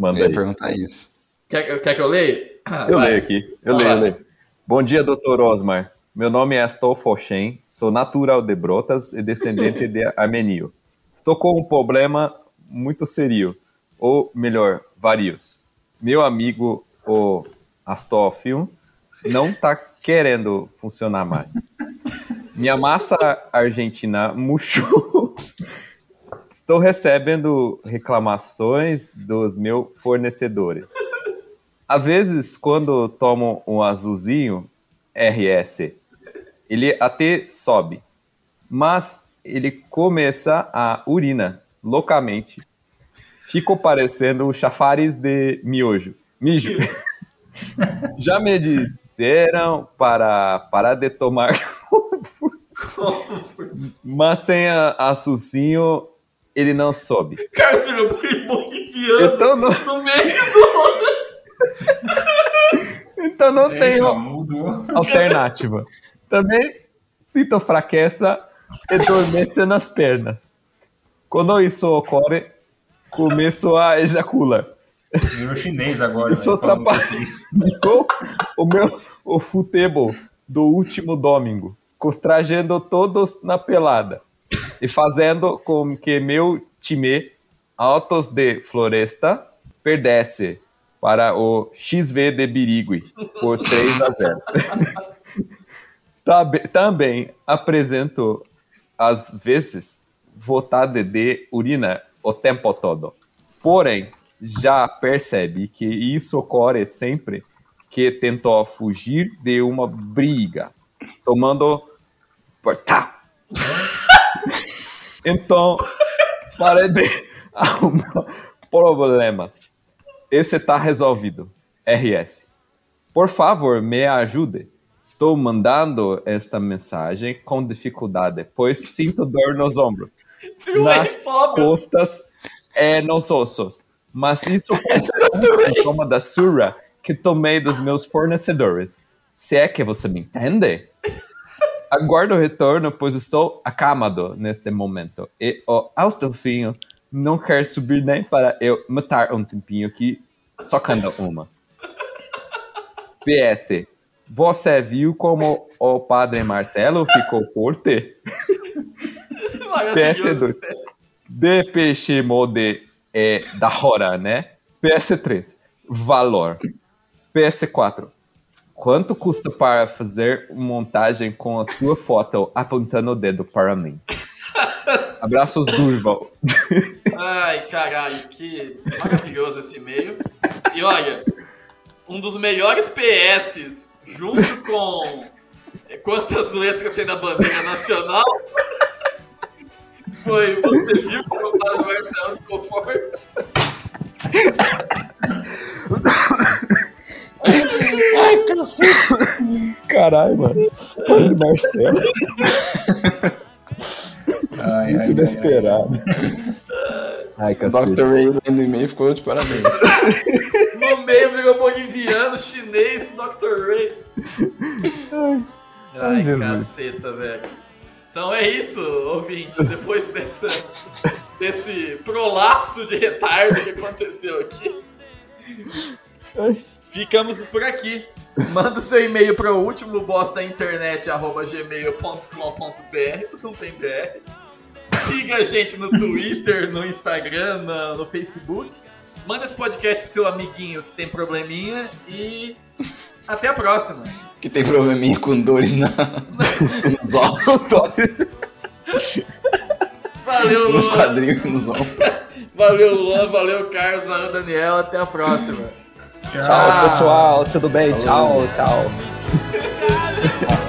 Manda
ia
aí.
perguntar isso.
Quer, quer que eu leia? Ah,
Eu
vai.
leio aqui. Eu
Vai
leio,
lá.
eu leio. Bom dia, doutor Osmar. Meu nome é Astolfo Shen, sou natural de Brotas e descendente de Armenio. Estou com um problema muito sério, ou melhor, vários. Meu amigo, o Astófio, não está querendo funcionar mais. Minha massa argentina murchou. Estou recebendo reclamações dos meus fornecedores. Às vezes, quando tomo um azulzinho, RS, ele até sobe, mas ele começa a urina loucamente. Fico parecendo o chafariz de miojo. Mijo. Já me disseram para parar de tomar mas sem a, açuzinho, ele não sobe.
Cara, você jogou boquipiando
Então não,
no meio.
então não
É
tenho
Eita, mudou.
alternativa. Também sinto fraqueza e dormência nas pernas. Quando isso ocorre, começo a ejacular.
Virou é chinês agora.
Isso
né, falando
atrapalha.
português.
Ficou o meu o futebol do último domingo, constrangendo todos na pelada e fazendo com que meu time Altos de Floresta perdesse para o XV de Birigui por 3 a 0. Tabe- Também apresento às vezes vontade de urina o tempo todo. Porém, já percebe que isso ocorre sempre que tentou fugir de uma briga, tomando portá. então, para de arrumar problemas. Esse tá resolvido. RS. Por favor, me ajude. Estou mandando esta mensagem com dificuldade, pois sinto dor nos ombros
O R
nas
sobe.
costas é nos ossos. Mas isso pode ser um sintoma da surra que tomei dos meus fornecedores. Se é que você me entende? Aguardo o retorno, pois estou acamado neste momento. E o Austelfinho não quer subir nem para eu matar um tempinho aqui, socando uma. PS. Você viu como o padre Marcelo ficou forte?
Maravilhoso.
DPX Mode é da hora, né? PS3, valor. PS4, quanto custa para fazer montagem com a sua foto apontando o dedo para mim? Abraços, Durval.
Ai, caralho, que maravilhoso esse e-mail. E olha, um dos melhores PS, junto com quantas letras tem na bandeira nacional, foi Você viu como tá o Padre Marcelo ficou forte?
Caralho, mano. Padre Marcelo,
Ai, ai, ai,
Ai,
O
cacete.
Dr. Ray lendo o e-mail ficou de parabéns.
No meio virou boliviano, chinês, Dr. Ray. Ai,
Jesus.
caceta, velho. Então é isso, ouvinte. Depois dessa, desse prolapso de retardo que aconteceu aqui, ficamos por aqui. Manda o seu e-mail para o último bosta internet@gmail.com.br, não tem BR. Siga a gente no Twitter, no Instagram, na- no Facebook. Manda esse podcast pro seu amiguinho que tem probleminha e até a próxima.
que tem probleminha com dores na... nos ossos.
Valeu,
No
Luan.
quadril, nos ossos.
Valeu, Luan. Valeu, Carlos. Valeu, Daniel. Até a próxima.
Tchau.
Ah, Tchau, pessoal. Tudo bem? Tchau, tchau.